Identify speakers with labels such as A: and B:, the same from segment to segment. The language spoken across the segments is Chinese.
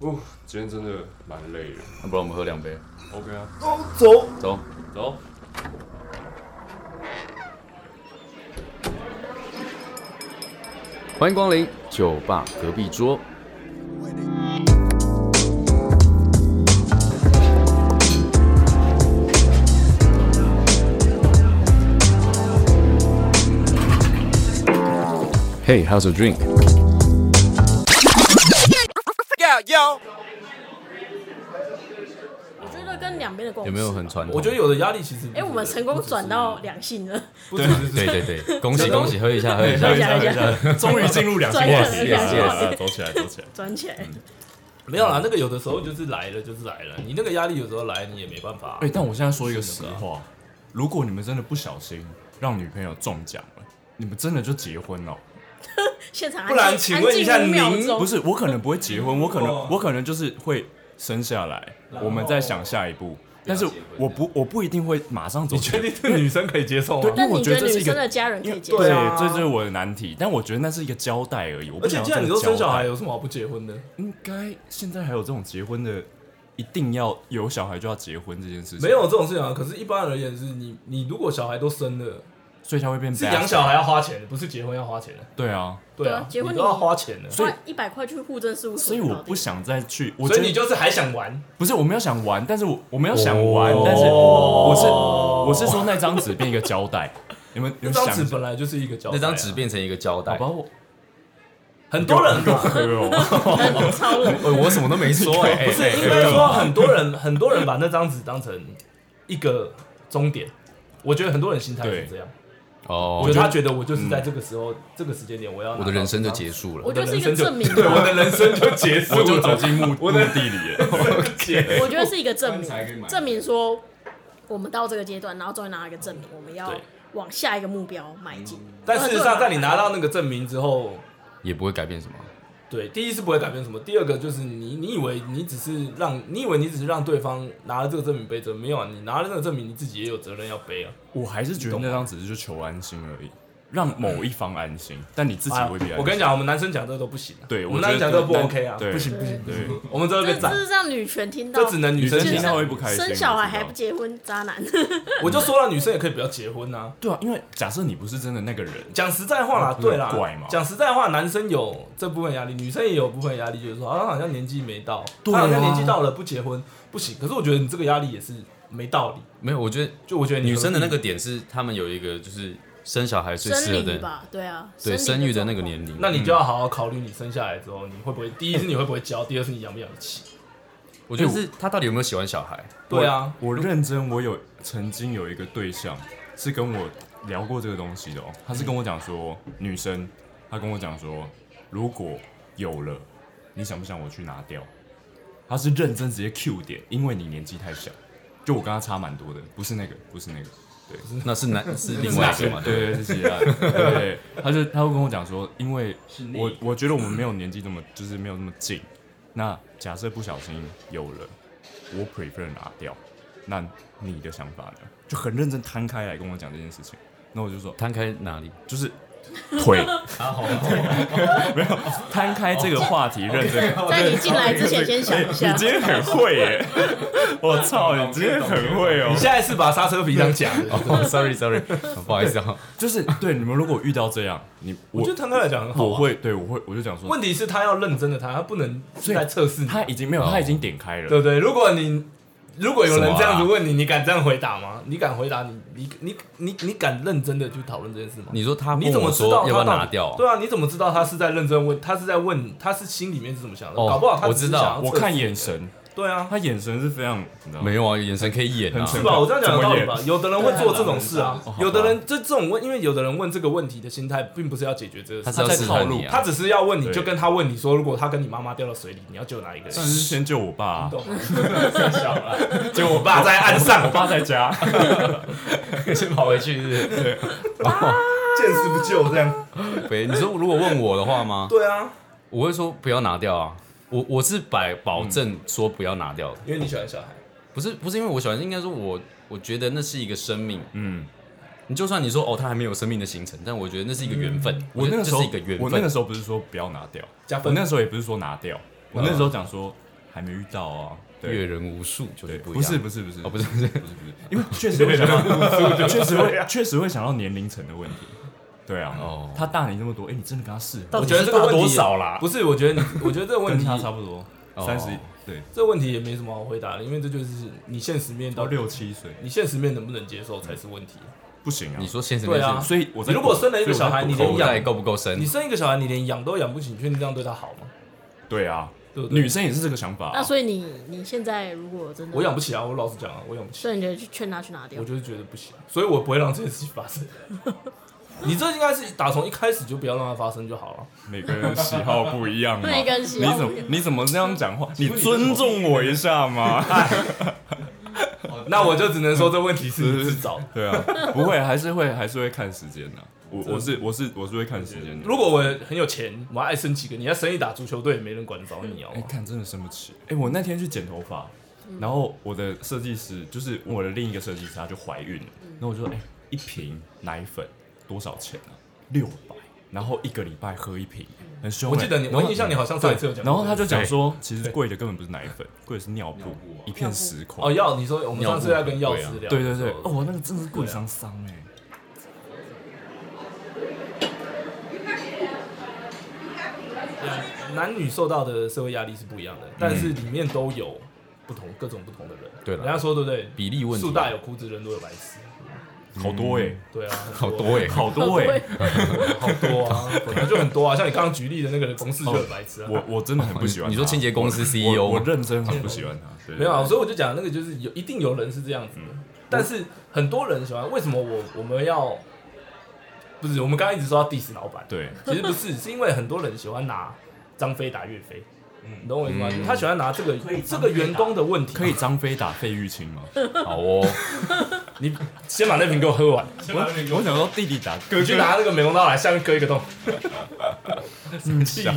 A: 哦，今天真的蛮累的。
B: 那不然我们喝两杯，
A: OK 啊，
B: 走。
A: 走。
B: 欢迎光临酒吧隔壁桌。Hey, how's your drink?
C: Yeah, yo.
D: 我觉得跟两边的共识
B: 有没有？很传统？
E: 我觉得有的压力其实，
D: 哎、我们成功转到两性 了，
E: 不止是
B: 对对对，恭喜恭喜，喝一下喝一 下
D: 一。下一下，
E: 终于进入两性
D: 转
E: 话
D: 起
E: 题，
D: 来，
A: 啊
D: 转起
A: 啊
D: 来，
A: 走起来，走起来。
D: 转起
B: 嗯
D: 来。
E: 没有啦，那个有的时候就是来了就是来了，你那个压力有时候来你也没办法
F: 哎、。但我现在说一个实话，如果你们真的不小心让女朋友中奖了，你们真的就结婚了？
D: 现场安
E: 不然
D: 静
E: 请问一下
D: 安静五秒
E: 您
D: 钟
F: 不是，我可能不会结婚，我可
E: 哇
F: 能我可能就是会生下来，
E: 哦
F: 我们再想下一步。但是我不我不一定会马上走
E: 你
F: 结
E: 确
F: 婚，
E: 定这女生可以接受吗？
D: 但
F: 因为我
D: 你觉得
F: 觉得这是
D: 女
F: 一个
D: 生的家人可以接受
F: 对，
D: 吗？
F: 这就是我的难题。但我觉得那是一个交代而已。我不
E: 而且
F: 想
E: 既
F: 要
E: 然你
F: 这
E: 都
F: 个
E: 生
F: 交
E: 小孩，
F: 代，
E: 有什么好不结婚的？
F: 应该现在还有这种结婚的，一定要有小孩就要结婚这件事情，
E: 没有，这种事情啊。可是，一般而言是你，你如果小孩都生了，
F: 所以才会变
E: 是
F: bad
E: 养小孩要花钱，不是结婚要花钱的。
F: 对啊，
E: 啊对
D: 对
E: 啊
D: 啊，结婚
E: 你
D: 你
E: 都要花钱的。
D: 花一百块去户政事务所，
F: 所以我不想再去。我
E: 所以
F: 觉得
E: 你就是还想玩，
F: 不是我没有想玩，但是我我没有想玩，但是
E: 哦
F: 我是我是说那张纸变一个胶带，你们你
E: 那
F: 们
E: 张
F: 想
E: 纸本来就是一个交代
B: 那
E: 啊
B: 张纸，变成一个胶带
F: 好。吧，我
E: 很多人 嘛，
F: 哎呦，我
D: 想超人。
F: 我什么都没 说哎，
E: 不是应该说很多人，很多人把那张纸当成一个终点。我觉得很多人心态是
F: 对
E: 这样，
B: 哦，
E: 我觉得他觉得我就是
F: 嗯
E: 在这个时候、这个时间点，我要
B: 我
E: 拿到
B: 的人生就结
E: 束，
B: 束了
D: 我。觉得是一个证明，啊
E: 对，我的人生就结束
F: 我就走
E: 了。
F: 进墓墓地里了，
D: 我觉得是一个证
F: 棺材可以买
D: 明，证明说我们到这个阶段，然后终于拿到一个证明，我们要
E: 对
D: 往下一个目标迈进。
F: 嗯
E: 但事实
D: 嗯啊
E: 上，在你拿到那个证明之后，
B: 也不会改变什么。
E: 对，第一是不会改变什么，第二个就是你，你以为你只是让，你以为你只是让对方拿了这个证明背责，没有啊，你拿了那个证明，你自己也有责任要背啊。
F: 我还是觉得那张纸就求安心而已，让某一方安心，但你自己
E: 哎
F: 未必安心。
E: 我跟你讲，我们男生讲这个都不行、啊，
F: 对
E: 我
F: 我
E: 们男生
F: 觉
E: 讲
F: 得
E: 这个不
F: 男
E: OK 啊，
F: 对
E: 不行不行，
F: 对，
E: 我们这会被
D: 这这
E: 斩，
D: 是让女权听到，
E: 这只能女生
F: 女生
E: 听
F: 听
E: 到
F: 到。会不开心啊
D: 生小孩
F: 我知道
D: 还不结婚，渣男。
E: 我就说了，女生也可以不要结婚啊。
F: 对啊，因为假设你不是真的那个人，
E: 讲实在话啦，
F: 嗯
E: 对啦
F: 怪嘛，
E: 讲实在话，男生有这部分压力，女生也有部分压力，就是说啊，他好像年纪没到，
F: 对
E: 他
F: 啊
E: 好像年纪到了不结婚不行。可是我觉得你这个压力也是没道理，
B: 没有，我觉得
E: 就我觉得你
B: 女生的那个点是，她们有一个就是生小孩最适
D: 生
B: 合
D: 理
B: 的，
D: 吧，对啊，
B: 对生育的那个
D: 龄
B: 年
F: 嗯
B: 龄。
E: 那你就要好好考虑你生下来之后，你会不会第一是你会不会教，第二是你养不养得起。
B: 我觉得是她到底有没有喜欢小孩？
E: 对啊，
F: 我认真，我有曾经有一个对象是跟我聊过这个东西的哦，他是跟我讲说，女生，她跟我讲说，如果有了，你想不想我去拿掉？他是认真直接 Q 点，因为你年纪太小，就我跟他差蛮多的，不是那个，不是那个，
B: 那是男是另外一个嘛？
F: 对
B: 对，
F: 对对，是其他的，对对对，他就他会跟我讲说，因为我我觉得我们没有年纪这么，就是没有那么近，那假设不小心有了，我 prefer 拿掉，那你的想法呢？就很认真摊开来跟我讲这件事情，那我就说
B: 摊开哪里？
F: 就是腿
E: 啊好，
F: 摊开这个话题，认真。
D: 在你进来之前，先哦想一
F: 你
D: 下，
F: 今天很会耶！我操，你今天很会哦
E: 你。现在是把刹车皮当夹的。
B: 哦，sorry sorry，不好意思啊。
F: 就是对你们，如果遇到这样，你
E: 我
F: 我
E: 觉得摊开来讲很好啊。
F: 我会对我会我就讲说，
E: 问题是他要认真的谈，他不能
F: 所以
E: 在测试你，
F: 他已经没有，他已经点开了
E: 对。不对？如果你如果有人这样
B: 什
E: 子
B: 么
E: 问你，你敢这样回答吗？你敢回答你你你你你敢认真的去讨论这件事吗？
B: 你说她
E: 你怎
B: 问
E: 么
B: 我
E: 知
B: 说
E: 道
B: 要不
E: 他
B: 要
E: 到
B: 拿
E: 底
B: 掉？
E: 对啊，你怎么知道他是在认真问？他是在问，他是心里面是怎么想的？
B: 哦
E: 搞不好他
B: 我
E: 只是
B: 知道
E: 想要
F: 我
E: 测
F: 看
E: 试
F: 眼神，
E: 对啊，
F: 他眼神是非常，你知道吗
B: 没有啊，眼神可以演啊
F: 很。
E: 是
F: 蠢
E: 吧？我这样讲有道理
F: 怎么
E: 吧？有的人会做这种 事啊
F: 哦好，吧
E: 有的人这这种问，因为有的人问这个问题的心态，并不是要解决这个
B: 他
E: 事
B: 是要
E: 情，
B: 试探你
E: 他
B: 啊。
E: 只是要问你，
F: 对
E: 就跟他问你说，如果他跟你妈妈掉到水里，你要救哪一个人？
F: 但 是先救我爸、啊，
E: 懂吗？太小了，结果我爸在岸上，
F: 我爸在 家，
B: 先跑回去是不是
E: 见死不救这样。
B: 对，你说如果问我的话吗？
E: 对啊，
B: 我会说不要拿掉啊。我我是百保证说不要拿掉的，
E: 因为你喜欢小孩，
B: 不是不是因为我喜欢，应该说我我觉得那是一个生命。
F: 嗯，
B: 你就算你说哦，他还没有生命的形成，但我觉得那是一个缘分。
F: 嗯我
B: 觉
F: 那
B: 得
F: 个时
B: 这
F: 候
B: 是一个缘
F: 我那个
B: 分。
F: 时候不是说不要拿掉，
E: 加
B: 啊
E: 分
F: 我那时候也不是说拿掉，我那时候讲说，还没遇到啊，
B: 阅
F: 对，
B: 人无数就是
F: 对，
B: 不一
F: 不
B: 样。
F: 是啊不是不是
B: 哦，不是啊不是，
F: 不是不是，因为确实会想到，确实会确实会想到年龄层的问题。对啊，
B: 哦
F: 他大你那么多，哎、你真的跟他适合？
B: 到
E: 我
B: 底
E: 觉得
B: 是
E: 这个
B: 大
E: 问题
B: 多少啦？
E: 不是，我觉得你，我觉得这个问
F: 跟
E: 题，
F: 他差不多，
B: 哦
F: 三十、对，
E: 这个问题也没什么好回答的，因为这就是你现实面
F: 到
E: 到底，
F: 六七岁
E: 你现实面能不能接受才是问题。
F: 不行啊。
B: 你说现实面
E: 对啊，
B: 是
F: 所以我在
E: 你如果生了一个小孩，
F: 所以
E: 你
F: 我在
E: 连
B: 口袋
E: 养，
B: 够不够深
E: 你？生一个小孩，你连养都养不起，你确定这样对他好吗？
F: 对啊，
E: 对不对？
F: 女生也是这个想法、啊
D: 那。所以你你现在如果真的
E: 我养不起啊，我老实讲啊，我养不起，
D: 所以你就去劝他去拿掉
E: 我。就是觉得不行，所以我不会让这件事情发生。你这应该是打从一开始就不要让它发生就好了。
F: 每个人喜好不一样嘛，
D: 每个人喜好
F: 你
D: 不一
F: 怎
D: 样
F: 么你怎么这样讲话？你尊重我一下嘛。
E: 那我就只能说这问题是你自找的。
F: 对啊，不会，还是会还是会看时间的、我我是我是我是会看时间的。
E: 如果我很有钱，我爱生几个，你要生意打足球队，也没人管得着你哦
F: 哎、。看真的生不起。哎、我那天去剪头发，然后我的设计师就是我的另一个设计师，她就怀孕了。然后我就说，哎、一瓶奶粉多少钱啊？六百。然后一个礼拜喝一瓶，很凶欸、
E: 我记得你，
F: 然后
E: 我印象你好像上一次有讲过这个事。
F: 然后他就讲说，其实贵的根本不是奶粉，贵的是尿布，一片十块。
E: 啊哦药，你说我们上次要跟药师聊，
F: 对对对，哦，我那个真的是贵
E: 啊
F: 伤伤哎。
E: 男女受到的社会压力是不一
B: 嗯
E: 样的，但是里面都有不同各种不同的人。
B: 对啦
E: 人家说对不对？
B: 比例问题啊
E: 树大有枯枝，人多有白痴。
F: 好多哎、
E: 对啊，很
B: 好多哎，
F: 好 多哎、
E: 好多啊，本来就很多啊。像你刚刚举例的那个同事就很白痴啊。
F: 我我真的很不喜欢他。
B: 哦你 说清洁 E 公司
F: 我
B: CEO
F: 我
B: 吗
F: 认真很不喜欢他。对
E: 没有啊，所以我就讲那个就是有一定有人是这样子
B: 嗯
E: 的，但是很多人喜欢。为什么我我们要不是我们刚刚一直说要 diss 老板，
F: 对，
E: 其实不是，是因为很多人喜欢拿张飞打岳飞，你懂我意思吗？他喜欢拿这个这个员工的问题，
F: 可以张飞打费玉清 吗？
B: 好哦，
E: 你先把那瓶给我喝完，
F: 我我想说弟弟打
E: 你去拿那个美工刀来，下面割一个洞。
F: 小，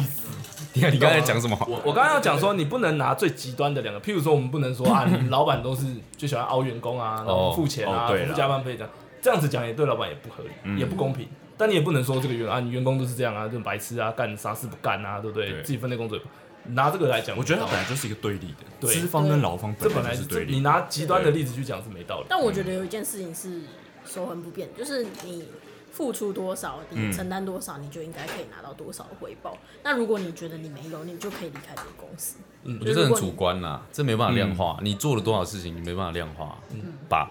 B: 你看你刚才
F: 啊
B: 讲什么？
E: 我我刚刚要讲说，你不能拿最极端的两个，譬如说，我们不能说啊，你老板都是就喜欢凹员工啊，然后付钱啊，
F: 哦对啦
E: 付加班费这样，这样子讲也对老板也不合理，
F: 嗯
E: 也不公平。但你也不能说这个员啊，你员工都是这样啊，这种白痴啊，干啥事不干啊，对不对？
F: 对
E: 自己分内工作也不，拿这个来讲，
F: 我觉得他本来就是一个对立的，
E: 对
F: 资方跟劳方
E: 这
F: 本
E: 本来
F: 来就是对
E: 你
F: 立。
E: 拿极端的例子去讲是没道理。
D: 但我觉得有一件事情是守恒不变，就是你付出多少，
F: 嗯
D: 你承担多少，你就应该可以拿到多少的回报。那如果你觉得你没有，你就可以离开这个公司。
F: 嗯
B: 我觉得这很主观啦，这没办法量化。你做了多少事情，你没办法量化，
F: 嗯
B: 吧？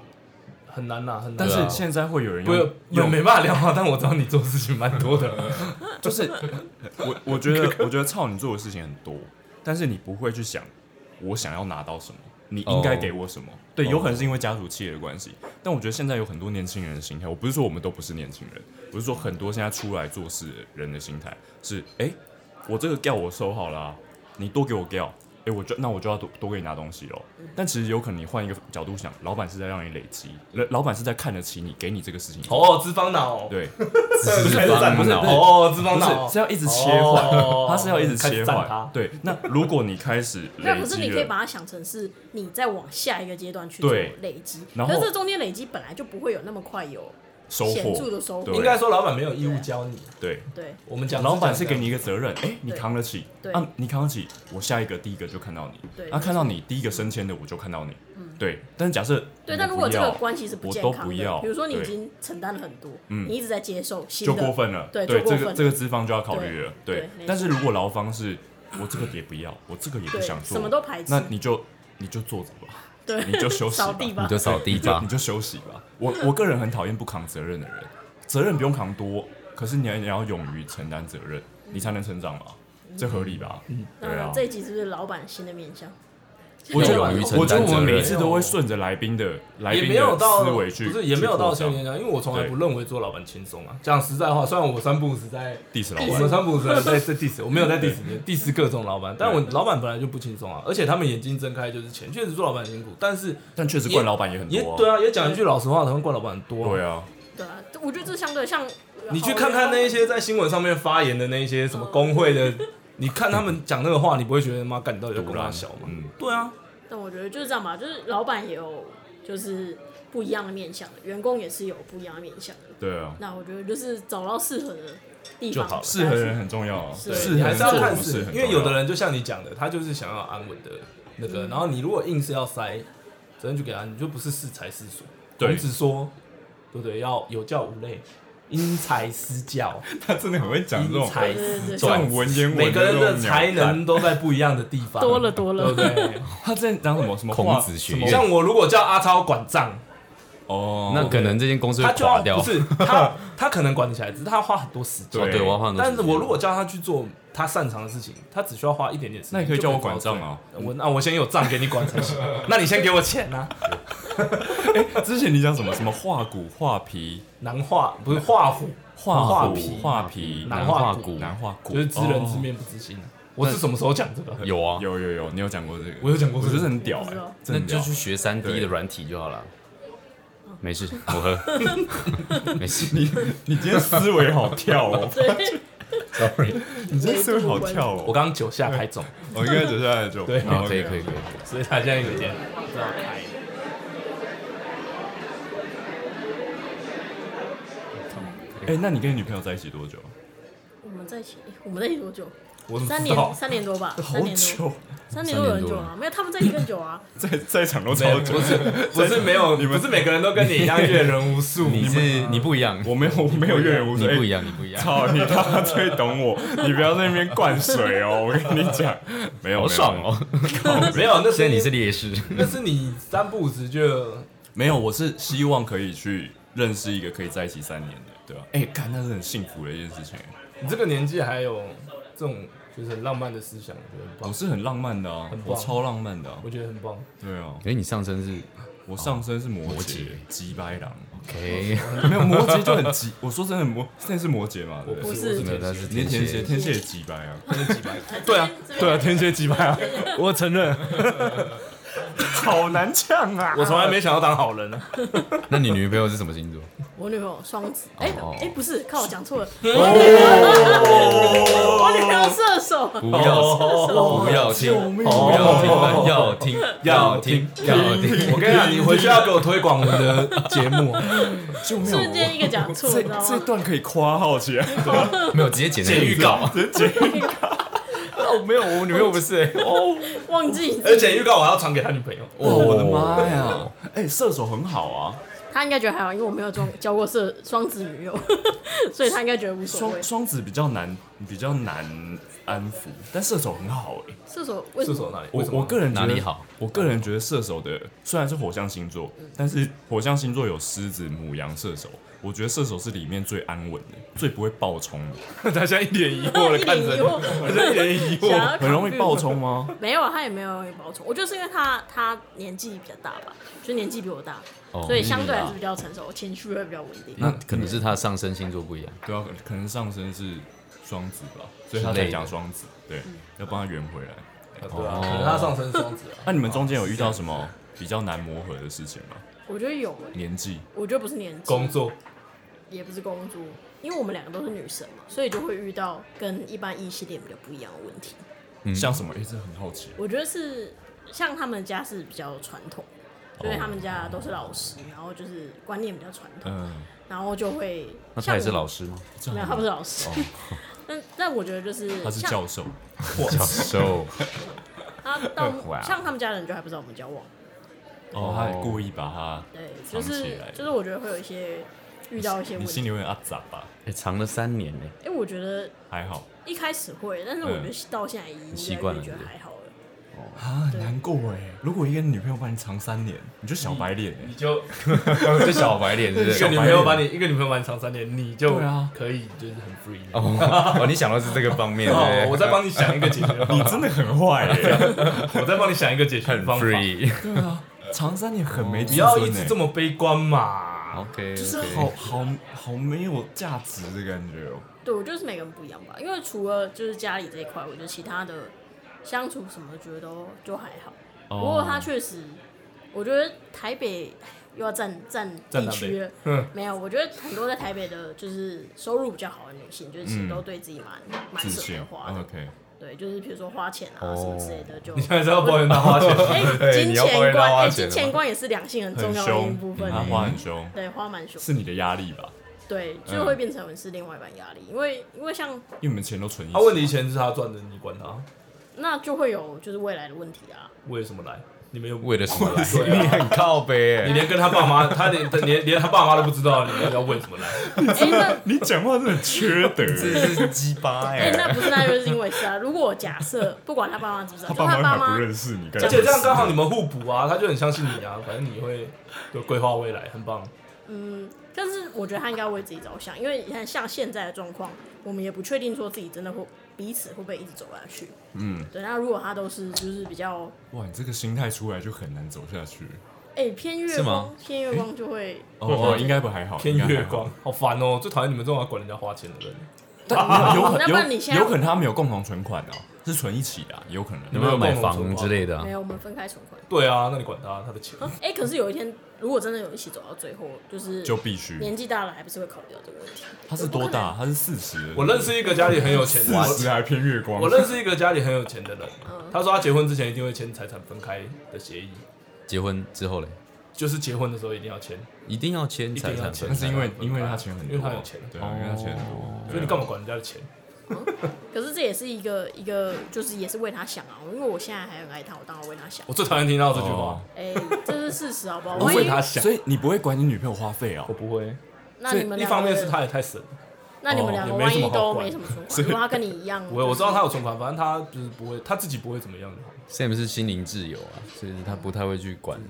E: 很难呐、很难。
F: 但
E: 对
F: 是
E: 啊
F: 现在会有人
E: 不
F: 用
E: 有没办法量化，但我知道你做事情蛮多的。
F: 就是我我 觉得我觉得操你做的事情很多，但是你不会去想我想要拿到什么，你应该给我什么。
B: 哦
F: 对，有可能是因为家族企业的关系，但我觉得现在有很多年轻人的心态，我不是说我们都不是年轻人，我是说很多现在出来做事的人的心态是，哎、我这个料我收好了啊、你多给我料，哎、我就那我就要多多给你拿东西喽。但其实有可能你换一个角度想，老板是在让你累积，老老板是在看得起你，给你这个事情。
E: 哦，脂肪脑，
F: 对，
B: 只 是烦恼，
E: 哦，脂肪
F: 不
E: 脑
F: 是是要一直切换
E: 哦，
F: 它是要一直
E: 开
F: 切
E: 始赞他
F: 换。对，那如果你开始
D: 那
F: 累
D: 啊可是你
F: 积
D: 可以
F: 了，
D: 把它想成是你再往下一个阶段去做
F: 对
D: 累积，
F: 然
D: 可是
F: 后
D: 这中间累积本来就不会有那么快有
F: 收
D: 显著的收
F: 获，
D: 获
F: 对
E: 应该说老板没有义务教你。
F: 对，
D: 对，
E: 我们讲
F: 老板是
E: 哦这
F: 给
E: 样
F: 你一个责任，哎，你
D: 对
F: 扛得起，
D: 对
F: 啊，你扛得起，我下一个第一个就看到你
D: 对，
F: 啊，
D: 没错
F: 看到你第一个升迁的我就看到你，对。但是假设
D: 对，
F: 我
D: 但如果
F: 不
D: 这
F: 要
D: 个关系是不
F: 我
D: 健
F: 都
D: 康
F: 不
D: 的
F: 要，
D: 比如说你已
F: 对
D: 经承担了很多，
F: 嗯
D: 你一直在接受新
F: 就
D: 的，
F: 过分了，
D: 对就
F: 这
D: 过分
F: 个
D: 了
F: 这个资方就要考虑了，
D: 对
F: 对
D: 对没错。
F: 但是如果劳方是我这个也不要，我这个也不
D: 对
F: 想做，
D: 什么都排斥
F: 那你就你就坐着吧，
D: 对，
F: 你就休息吧
D: 扫地吧
B: 你就，扫地
F: 你就
B: 吧
F: 你。就休息吧。我我个人很讨厌不扛责任的人，责任不用扛多，可是你要你要勇于承担责任，你才能成长嘛，这合理吧？对
D: 那
F: 啊
D: 这。一集是不是老板新的面向？
F: 我觉得
B: 要勇于承担
F: 我觉得我们每次
E: 责任
F: 都会顺着来宾的来
E: 也
F: 宾
E: 没有
F: 的
E: 到
F: 思维去，
E: 不是也没有到
F: 去
E: 千
F: 扩
E: 年
F: 张
E: 讲，因为我从来
F: 对
E: 不认为做老板轻松啊。讲实在话，虽然我三不五时在
F: diss
E: 我
F: 老
E: 们
F: 板，
E: 三不五时在在 diss，我没有在 diss 你 diss 各种老板，但我老板本来就不轻松啊，而且他们眼睛睁开就是钱，确实做老板辛苦，但是
F: 但确实惯老板也很
E: 也
F: 多啊。
E: 对啊，也讲一句老实话，他们惯老板很多啊。
F: 对啊，
D: 对啊，我觉得这相对像
E: 你去看看那一
D: 些，
E: 些在新闻上面发言的那一些什么工会 的，你看他们讲那个话，你不会觉得妈干你到底在跟他小吗？
F: 嗯
E: 对啊，
D: 但我觉得就是这样吧，就是老板也有就是不一样的面向的，员工也是有不一样的面向的。
F: 对啊，
D: 那我觉得就是找到适合的地
B: 就
D: 方
B: 好了
F: 适合人很重要啊，
D: 是啊
E: 对，
F: 适
E: 你
F: 合
E: 还
F: 人
E: 是要
F: 做什
E: 看
F: 么
E: 是
F: 事，很重要，
E: 因为有的人就像你讲的，他就是想要安稳的那个，
D: 嗯
E: 然后你如果硬是要塞，真的就给他，你就不是适才适所。
F: 对
E: 孔子说，对不对？要有教无类，因材施教，
F: 他真的很会讲这
E: 因
F: 种
E: 材
D: 对
E: 施
D: 对
F: 这
E: 教。
F: 种文言文，
E: 每个人的才能，都在不一样的地方，
D: 多了多了
E: 对不对？
F: 他在讲什么什么
B: 孔
F: 话
B: 子学
F: 什么
B: 院
E: 像我如果叫阿超管账，
F: 哦，
B: 那可能这间公司
E: 他
B: 会
E: 就
B: 垮
E: 要
B: 掉。
E: 不是他，他可能管得起来，只是他要花很多时间
B: 哦，。对，我要换。
E: 但是我如果叫他去做他擅长的事情，他只需要花一点点时间。
F: 那你可以
E: 就
F: 叫我
E: 做到
F: 管账啊
E: 最好。我那我先有账给你管才行。 那你先给我钱啊呐、
F: 之前你讲什么什么画骨画皮
E: 南化不是画虎，
F: 画
E: 画
F: 骨
E: 皮
F: 画皮
E: 南
B: 南
E: 化
B: 化
E: 谷
B: 谷
F: 南画骨，
E: 就是知人知
F: 哦。
E: 面不知心、啊。我是什么时候讲这个？
B: 有啊，
F: 有有有，你有讲过这个，
E: 我有讲过
F: 我
E: 这个
F: 觉得很屌
D: 我
F: 哎
D: 知道，
F: 真的
B: 那就
F: 屌
B: 去学三 D
F: 对
B: 的软体就好了。没事，我喝。 没事，
F: 你今天思维好跳哦，
D: 对，
F: 你今天思维好跳
E: 我
F: 哦，
E: 刚刚酒下开肿，
F: 我应该接下来就
E: 对
F: 好
B: 可以
F: OK
B: 可以可以。
E: 所以他现在有点不知道开。
F: 哎，那你跟你女朋友在一起多久？
D: 我们在一起，诶我们在一起多久？
E: 我怎么
D: 三
E: 知道
D: 年，？三年多吧，
F: 好
D: 三年多，
F: 久，
D: 三年多有很久
B: 三年
D: 啊，没有，他们在一起更久啊。
F: 在在场都
E: 没有
F: 超久
E: 不，是不是没有，不是每个人都跟你一样阅人无数。
B: 你是你不一样，
F: 我没有我没有阅人无数，
B: 你不
F: 哎
B: 一样，你不一样。
F: 操你他妈最懂我，你不要在那边灌水哦！我跟你讲，没有，
B: 好爽哦！
E: 没有，那
B: 现在
E: 是
B: 你是劣势，
E: 那是你三不五时就
F: 没有，没有，我是希望可以去认识一个可以在一起三年的，对吧、哎、干，那是很幸福的一件事情，
E: 你这个年纪还有这种就是很浪漫的思想，我觉得很
F: 我
E: 棒，
F: 是很浪漫的啊
E: 很，棒
F: 我超浪漫的、啊
E: 我，觉得很棒。
F: 对啊，
B: 哎，你上身是
F: 我上身是摩
B: 摩
F: 羯
B: 羯，
F: 鸡掰狼，
B: OK，
F: 没有摩羯就很急， 我说真的摩，那是摩羯嘛，对不
E: 我
F: 对？
D: 是哎
E: 我
B: 没有，
E: 天
B: 那
E: 蝎
B: 是
F: 你是天
B: 天
F: 蝎，
B: 蝎，
F: 天蝎也鸡掰啊，
D: 对
F: 啊，对啊，天蝎鸡掰 啊，我承认，好难呛啊，
E: 我从来没想要当好人 啊！
B: 那你女朋友是什么星座？
D: 我女朋友双子，哎
B: 哦
D: 哎，不是，靠，我讲错了，我女朋友 我女朋友射手，
B: 不要不要听，不要听，要听，要听，
E: 我跟你讲，你回去要给我推广我们的节目，啊
F: 就没有
D: 瞬间一个讲错，你
F: 这
D: 知道
F: 这
D: 吗？
F: 段可以夸号起 来，
B: 没有直接剪那个预 告，
E: 哦，没有，我女朋友不是欸 哦，
D: 忘记，
E: 而且预告我还要传给他女朋友，
F: 哇，我的妈呀！哎、射手很好啊，
D: 他应该觉得还好，因为我没有交交过射双子女友， 所以他应该觉得无所谓
F: 双。双子比较难，比较难安抚，但射手很好哎、
D: 射手为什
E: 射手
D: 么？
E: 那里，
F: 我
E: 为什么
F: 我个人觉得
B: 哪里好？
F: 我个人觉得射手的虽然是火象星座，但是火象星座有狮子、母羊、射手，我觉得射手是里面最安稳的，最不会爆冲的。
E: 他现在一脸疑 惑的
D: 一
E: 看
D: 脸
E: 着
D: 疑
E: 你，
D: 惑，
E: 他现在一脸疑惑。
D: 想要
F: 很容易
D: 考虑
F: 爆冲吗？
D: 哎 没有，啊，他也没有保重。我觉得是因为他他年纪比较大吧，就年纪比我大，
B: 哦
D: 所以相对来说比较成熟，情绪会比较稳定。
B: 那可能是他上升星座不一样。
F: 对啊，可可能上身是双子吧，所以他
B: 之
F: 才
B: 类的
F: 讲双子，对，要帮他圆回来。
E: 对啊，可能他上升双子啊，
F: 那、你们中间有遇到什么比较难磨合的事情吗？
D: 我觉得有、欸，
F: 年纪
D: 我觉得不是年纪，
E: 工作
D: 也不是公主，因为我们两个都是女生嘛，所以就会遇到跟一般异性恋比较不一样的问题。
F: 像什么？哎、这很好奇。
D: 我觉得是像他们家是比较传统，所以
F: 哦
D: 他们家都是老师，然后就是观念比较传统，
F: 嗯，
D: 然后就会
B: 那他也是老
D: 师，
B: 师吗？
F: 这
D: 没有
F: 样哦
D: 他不是老师，但但我觉得就是
F: 他是
D: 像
F: 教授，
B: So，
D: 他到
B: 哇
D: 像他们家人就还不知道我们交往，
F: 哦，他还故意把他，
D: 对，就
F: 藏起
D: 是
F: 来
D: 就是我觉得会有一些遇到一些问
F: 你心里
D: 题，
F: 有点阿杂吧？
B: 哎，藏了三年呢。
D: 哎，我觉得
F: 还好
D: 一开始会，但是我觉
F: 嗯
D: 得到现在已经
B: 习惯了
D: 觉得
B: 对不对
D: 还好了。
F: 啊，很难过哎。如果一个女朋友把你藏三年，你就小白脸
E: 你
F: 哎。
E: 就
B: 这小白脸是不
E: 一个
B: 是？
E: 女朋友把你一个女朋友把你长三年，你就
F: 对啊
E: 可以就是很 free 了。
B: 哦，哦你想到是这个方面， 对
E: 哦，
B: 不
E: 我
B: 对
E: 再帮你想一个解决方法，
F: 你真的很坏哎，
E: 我再帮你想一个解决
B: 很
E: 方法。
B: free。
F: 藏三年很没自
E: 不哦
F: 尊
E: 要一直
F: 哎
E: 这，么悲观嘛。
B: OK，
F: 就是好好好没有价值的感觉哦。
D: 对，我觉得是每个人不一样吧，因为除了就是家里这一块，我觉得其他的相处什么，觉得都就还好。不过他确实，我觉得台北唉又要占占
E: 占南北
D: 地区了，
E: 嗯
D: 没有，我觉得很多在台北的，就是收入比较好的女性，就是其实都对自己蛮蛮
F: 自
D: 舍
F: 信
D: 得花的，
F: ，OK，
D: 对，就是比如说花钱啊
B: 哦
D: 什么之类的，就
E: 你现在是要抱怨他花钱？
D: 哎，金
B: 你要抱
D: 钱
B: 怨
D: 观，
B: 他花
D: 哎，
B: 钱
D: 金
B: 了
D: 钱
B: 吗
D: 观也是两性很重
F: 很
D: 要的一
F: 凶
D: 部，分
F: 嗯他
D: 欸，
F: 花很凶，
D: 对，花蛮凶，
F: 是你的压力吧？
D: 对，就会变成是另外一半压力，因为因为像
F: 因为你们钱都存一起。
E: 他问你钱是他赚的，你管他，
D: 那就会有就是未来的问题 啊，
E: 为什么来？你 们又
B: 为了什么来？
E: 对 啊
B: 你 很靠背、欸，
E: 你连跟他爸妈，他连连连他爸妈都不知道，你们要问什么来？
D: 哎、那
F: 你讲话真的很缺德，
B: 这是鸡巴
D: 哎、
B: 哎、
D: 那不是，那就是因为是啊。如果我假设不管他爸妈知不知道，
F: 他
D: 就
F: 爸
D: 他
F: 妈
D: 爸
F: 还
D: 妈
F: 不认识你，干
E: 而
F: 嘛
E: 且这样刚好你们互补啊，他就很相信你啊，反正你会有规划未来，很棒。
D: 但是我觉得他应该为自己着想，因为你看像现在的状况，我们也不确定说自己真的会彼此会不会一直走下去。
F: 嗯，
D: 对，那如果他都是就是比较
F: 哇，你这个心态出来就很难走下去。
D: 哎、偏月
B: 是吗
D: 光，偏月光就会
F: 哦，应该不还好，
E: 偏
F: 应该
E: 月
F: 还好
E: 光，好烦哦！最讨厌你们这种要管人家花钱的人。
F: 但啊有有
D: 那不然你
F: 有
D: 现在
F: 有可能他们有共同存款哦，是存一起的啊，有可能。
B: 有没有买房之类的啊、
D: 没有我们分开存款。
E: 对啊，那你管他，他的钱。
D: 啊哎、可是有一天如果真的有一起走到最后，就是
F: 就必须？
D: 年纪大了，还不是会考虑到这个问题。
F: 他是多大？啊他是四十。
E: 我认识一个家里很有钱的，
F: 四十
E: 我
F: 还偏月光。
E: 我认识一个家里很有钱的人，
D: 嗯
E: 他说他结婚之前一定会签财产分开的协议，
B: 结婚之后嘞，
E: 就是结婚的时候一定要签。
B: 一定要签财产分
F: 那
B: 啊
E: 一定要
B: 开，
E: 签
F: 是因为因为他钱很多，
E: 因为他有钱哦
F: 对啊，因为他钱很多，对啊
E: 所以你干嘛管人家的钱？
D: 可是这也是一个一个，就是也是为他想啊，因为我现在还很爱他，我当然为他想
E: 我。最讨厌听到这句话
F: 哦。，
D: 哎、这是事实，好不好？
E: 我
D: 万
E: 为
D: 一
E: 他想
F: 所，以你不会管你女朋友花费哦
E: 我。不会。
D: 那你们
E: 一
D: 两
E: 方
D: 个
E: 面是他也太神了，
D: 那你们两个
E: 哦
D: 万
E: 也没什
D: 一
E: 么好
D: 都
E: 管
D: 没什么存款，如果他跟你一样，
E: 我我知道他有存款，反正他就是不会，他自己不会怎么样就好。
B: Sam 是心灵自由啊，所以他不太会去管。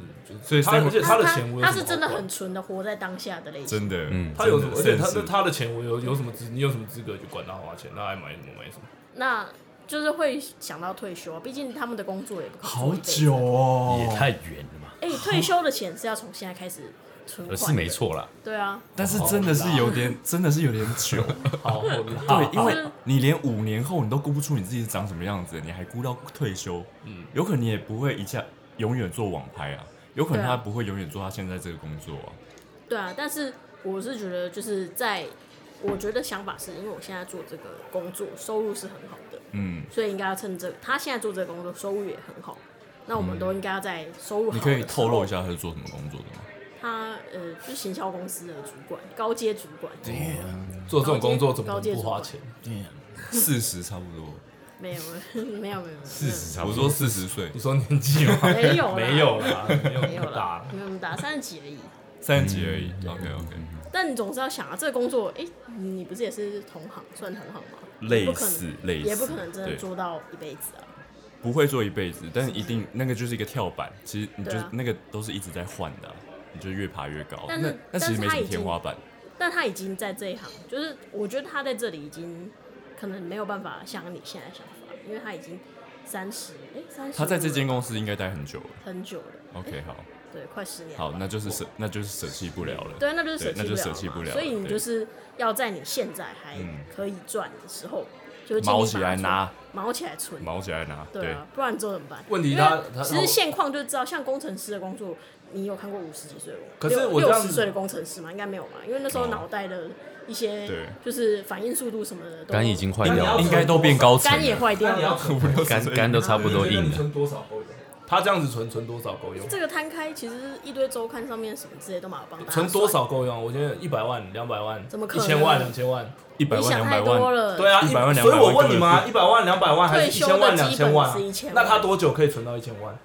F: 所以
E: 他而且
D: 他
E: 的钱我有
D: 他
E: 什么
D: 是
E: 好
D: 真的
E: 管
D: 很纯的活在当下的类型。
F: 真的，
B: 嗯
E: 他有什么？而且他那
F: 真的
E: 他的钱，我有有什么资？你有什么资格去管他花钱？他爱买什么买什么？
D: 那就是会想到退休啊，毕竟他们的工作也不可能
F: 好
D: 做一辈子
F: 久。哦。
B: 太远了嘛，呃
D: 哎、退休的钱是要从现在开始存款，
E: 呃
B: 是没。错啦。
D: 对啊，
F: 但是真的是有点，真的是有点久。
E: 好
F: 对，
D: 啊
E: 辣，
F: 因为你连五年后你都估不出你自己是长什么样子，你还估到退休，嗯，有可能你也不会一下永远做网拍啊，有可能他
D: 对啊
F: 不会永远做他现在这个工作啊。
D: 对啊，但是我是觉得就是在，我觉得想法是因为我现在做这个工作，收入是很好的，
F: 嗯，
D: 所以应该要趁这个他现在做这个工作，收入也很好。那我们都应该要在收入
F: 嗯
D: 好
F: 你
D: 的
F: 可以透露一
D: 时
F: 下他是做什么工作的吗？
D: 候他呃，就是行销公司的主管，高阶主管。
F: 哎
E: 做这种工作怎么
D: 高阶
E: 能不
D: 主
E: 花
D: 管
E: 钱？
F: 四十差不多，
D: 没有， 没有，没有，四
F: 我说四十岁
E: 你，说年纪吗？
D: 没有啦
E: 没有啦，没有
D: 没
E: 那
D: 有
E: 么大
D: 啦
E: 啦，
D: 没有那么大，三十几而已。
F: 三十几而已。OK OK，
D: 但你总是要想啊，这个工作，哎、你不是也是同行，算同行吗？
F: 类似
D: 不可能
F: 类似，
D: 也不可能真的
F: 对
D: 做到一辈子啊。
F: 不会做一辈子，但是一定那个就是一个跳板，其实你就
D: 对啊
F: 那个都是一直在换的啊，你就越爬越高。
D: 但
F: 那
D: 是
F: 那其
D: 但
F: 实
D: 是
F: 没
D: 他
F: 什么
D: 已
F: 天
D: 经
F: 花板，
D: 但他已经在这一行，就是我觉得他在这里已经可能没有办法像你现在想法，因为他已经三十，哎，三十，
F: 他在这间公司应该待很久了。
D: 很久了，
F: OK，好。
D: 对，快十年了
F: 好，
D: 吧
F: 那就是舍，那就是舍弃不了了。
D: 对，那就是
F: 对
D: 舍
F: 那就舍
D: 弃
F: 弃不
D: 不
F: 了了
D: 了嘛。所以你
F: 对
D: 就是要在你现在还
F: 嗯
D: 可以赚的时候，就是
F: 毛起来拿，
D: 毛起来存，
F: 毛起来拿。
D: 对
F: 对，
D: 啊，不然你之后怎么办？
E: 问题
D: 因为
E: 他他
D: 其实现况就知道，像工程师的工作，你有看过五十几岁的工，
E: 可是我这
D: 六
E: 样
D: 十岁的工程师吗？应该没有嘛，因为那时候脑袋的一
F: 哦对
D: 些就是反应速度什么的都
B: 肝已经坏
E: 那你
B: 掉
E: 要
B: 了，
F: 应该都变高层
D: 肝也
F: 了。
D: 坏掉了。
E: 存
B: 肝肝都差不多硬了。
E: 存多少够用？他这样子存存多少够用？
D: 这个摊开其实一堆周刊上面什么之类都蛮有帮大家
E: 存多
D: 算？
E: 少够用？我觉得一百万、两百万，
D: 怎么可
E: 一
D: 能啊
E: 千万、两千万？
F: 一百
D: 你
F: 万、
D: 想
F: 两
D: 太
F: 百
D: 多
F: 万，
D: 了。
E: 对啊，
F: 100万
E: 一
F: 200
E: 所以我问你
F: 万
E: 嘛，一百万、两百万还是一
D: 退休
E: 千万、
D: 的
E: 两
D: 基
E: 千
D: 本
E: 万啊
D: 是1000？万
E: 那他多久可以存到一千万？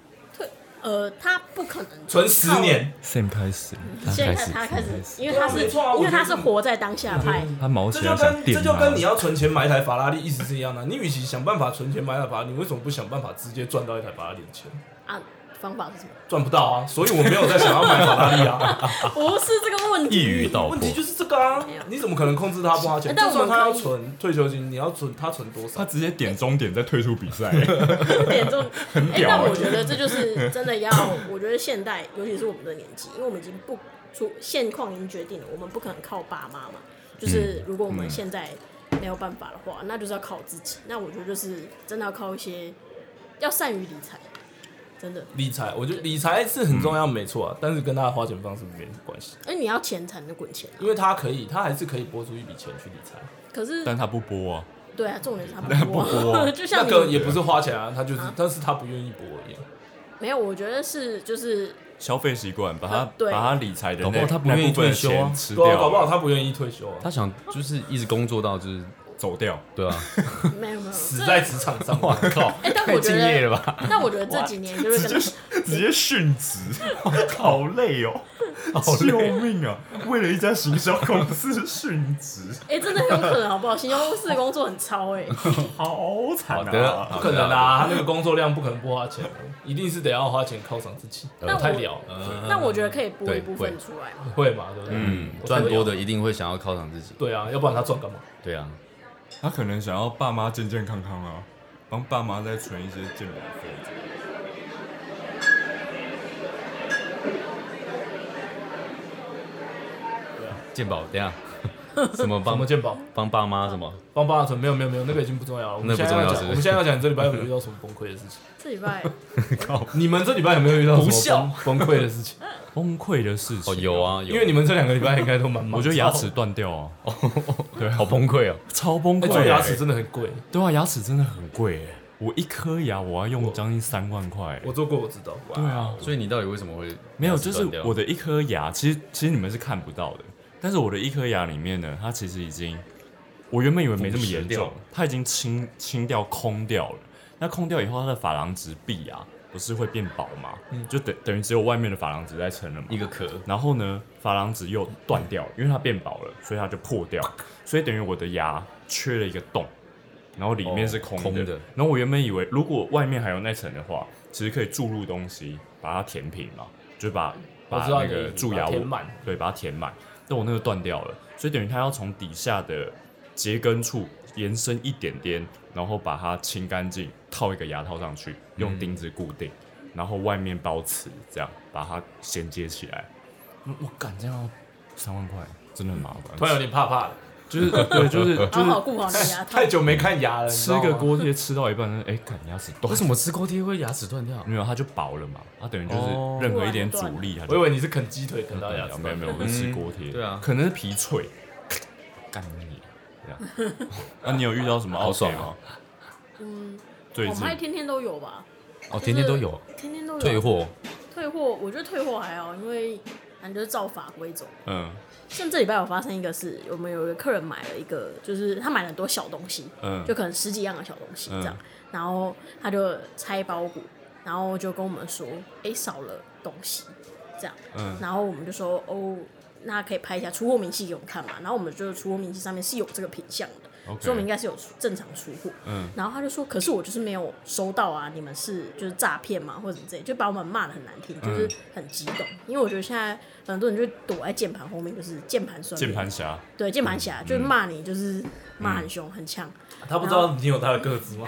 D: 呃，他不可能
E: 存十
D: 靠
E: 年，
F: ，Sam 开始，
D: 现在他啊开始，因为
E: 对啊
D: 他是
E: 没错啊我
D: 因
E: 觉
D: 为
E: 得
D: 他是
E: 你
D: 活在当下派，
F: 他毛
E: 这就跟这就跟你要存钱买一台法拉利意思是一样的。啊你与其想办法存钱买一台法拉利，你为什么不想办法直接赚到一台法拉利的钱？
D: 啊，方法是什么？
E: 赚不到啊，所以我没有在想要买法拉利 啊。
D: 不是这个问
B: 一
D: 题。
B: 语道破
E: 问。题就是这个啊
D: 有，
E: 你怎么可能控制他不花钱？
D: 哎但
E: 就
D: 我们
E: 算他要
D: 可以
E: 存退休金，你要存他存多
F: 他
E: 少？
F: 直接点终点再退出比赛。
D: 点中，很
F: 屌
D: 但
F: 欸
D: 我觉得这就是真的要，我觉得现代，尤其是我们的年纪，因为我们已经不出现况已经决定了，我们不可能靠爸妈嘛。就是如果我们现在没有办法的话，那就是要靠自己。那我觉得就是真的要靠一些，要善于理财，真的。
E: 理财，我觉得理财是很重要，没错啊，但是跟他的花钱方式没关系，
D: 哎，你要钱才能滚钱啊。
E: 因为他可以，他还是可以拨出一笔钱去理财，
D: 可是，
F: 但他不播啊，
D: 对啊，重点是他不播
F: 不播
D: 啊， 就
E: 那
D: 像
E: 个
D: 你
E: 也不是花钱啊，他就是，但是他不愿意拨而已啊。
D: 没有，我觉得是就是
F: 消费习惯，把他
D: 啊对
F: 把他理财的
B: 搞不
F: 那
B: 好他不
F: 那
B: 愿意
F: 部分的
B: 退休啊
F: 钱吃
E: 对啊，搞不好
F: 掉，
E: 他不愿意退休啊，
B: 他想就是一直工作到就是
F: 走掉。
B: 对 啊，
D: 没有没有，
E: 死
D: 这
E: 在职场上。
B: 哇啊靠，
D: 哎但
B: 太
D: 我觉
B: 敬
D: 得
B: 业了吧？
D: 但我觉得这几年就是跟
F: 直接殉 职，好累哦，
B: 好累
F: 救命啊！为了一家行销公司殉职，
D: 哎、真的很有可能好不好？行销公司的工作很超哎、
F: 好惨
B: 好
F: 啊！
B: 的，
E: 不
B: 好
E: 可
B: 的
E: 能啊，他那个工作量不可能不花钱的，一定是得要花钱犒赏自己，
D: 但我
E: 太屌了，
D: 但我觉得可以拨
B: 对
D: 一部分出来嘛。
E: 会嘛，对不对？
B: 嗯，
E: 我
B: 赚
E: 太屌
B: 多的，一定会想要犒赏自己。
E: 对啊，要不然他赚干嘛？
B: 对啊，
F: 他可能想要爸妈健健康康啊，帮爸妈再存一些健保费。
B: 鉴宝，等 一下什么
E: 什
B: 帮
E: 么健保，
B: 帮爸妈什么？
E: 帮爸妈存？没有没有没有，那个已经不重要了。我们
B: 那不
E: 现在
B: 重
E: 要
B: 要
E: 讲，
B: 是不是
E: 我们现在要讲你这礼拜有没有遇到什么崩溃的事情？
D: 这礼拜
E: 你们这礼拜有没有遇到
B: 不
E: 什
B: 孝
E: 么崩崩溃的事 情？
F: 崩溃的事情
B: 哦，有，啊，有
E: 因为你们这两个礼拜应该都蛮忙的，
F: 我觉得牙齿断掉啊，
B: 对 好崩溃哦。
F: 超崩
E: 哎，
F: 溃、欸
E: 做牙齿，真的很贵。
F: 对啊，牙齿真的很贵、欸，我一颗牙我要用将近三万块、欸
E: 我做过，我知道。
F: 对啊，
B: 所以你到底为什么会
F: 没有，就是
B: 断掉
F: 我的一颗牙，其实其实你们是看不到的，但是我的一颗牙里面呢，它其实已经，我原本以为没这么严
B: 腐蚀掉
F: 重
B: 了，
F: 它已经清清掉空掉了。那空掉以后，它的珐琅质壁啊，不是会变薄吗？
B: 嗯
F: 就等等于只有外面的珐琅质在撑了嘛
B: 一。个壳
F: 然后呢，珐琅质又断掉了，因为它变薄了，所以它就破掉，所以等于我的牙缺了一个洞，然后里面是空的。
B: 哦空的
F: 然后我原本以为，如果外面还有那层的话，其实可以注入东西把它填平嘛，就把
E: 我
F: 把
E: 知道
F: 那个
E: 你
F: 蛀
E: 把它
F: 牙
E: 填
F: 我
E: 满
F: 对，把它填满。但我那个断掉了，所以等于它要从底下的截根处延伸一点点，然后把它清干净，套一个牙套上去，用钉子固定，然后外面包瓷，这样把它衔接起来。嗯我敢这样要三万块，真的很麻烦。
E: 突然有点怕怕的，
F: 就是对， 就是就
D: 好
F: 是
D: 好哦顾好你啊的牙 套
E: 太。久没看牙了，你知
F: 吃
E: 道吗
F: 个，锅贴吃到一半，哎，看牙齿断
B: 为。什么吃锅贴会牙齿断掉？
F: 没有，它就薄了嘛，它等于就是
B: 哦
F: 任何一点阻力，它
E: 我以
F: 就
E: 为你是啃鸡腿
B: 啊
E: 啃到牙齿。
F: 嗯没有没有，我是吃锅贴，
B: 对啊
F: 可能是皮脆， 干你，这样。 那你有遇到什么奥爽
B: 啊
F: 吗？
D: 嗯，
F: 最
D: 我
F: 近
D: 们还天天都有吧？
B: 哦，天天都有
D: 天天都有。
B: 退货，
D: 退货，我觉得退货还好，因为反正就是照法规走。
F: 嗯
D: 像这礼拜有发生一个事，我们有一个客人买了一个，就是他买了很多小东西，
F: 嗯
D: 就可能十几样的小东西这样
F: 嗯，
D: 然后他就拆包裹，然后就跟我们说，哎、少了东西，这样，
F: 嗯
D: 然后我们就说，哦，那可以拍一下出货明细给我们看嘛，然后我们就是出货明细上面是有这个品相的
F: OK
D: 所以我们应该是有出正常出货，
F: 嗯，
D: 然后他就说，可是我就是没有收到啊，你们是就是诈骗嘛，或者什么之类，就把我们骂的很难听，
F: 嗯
D: 就是很激动。因为我觉得现在很多人就躲在键盘后面，就是键盘酸民
F: 键盘嗯侠，
D: 对键盘侠，就是骂你，就是骂很凶、很呛。
E: 他不知道你有他的个子吗？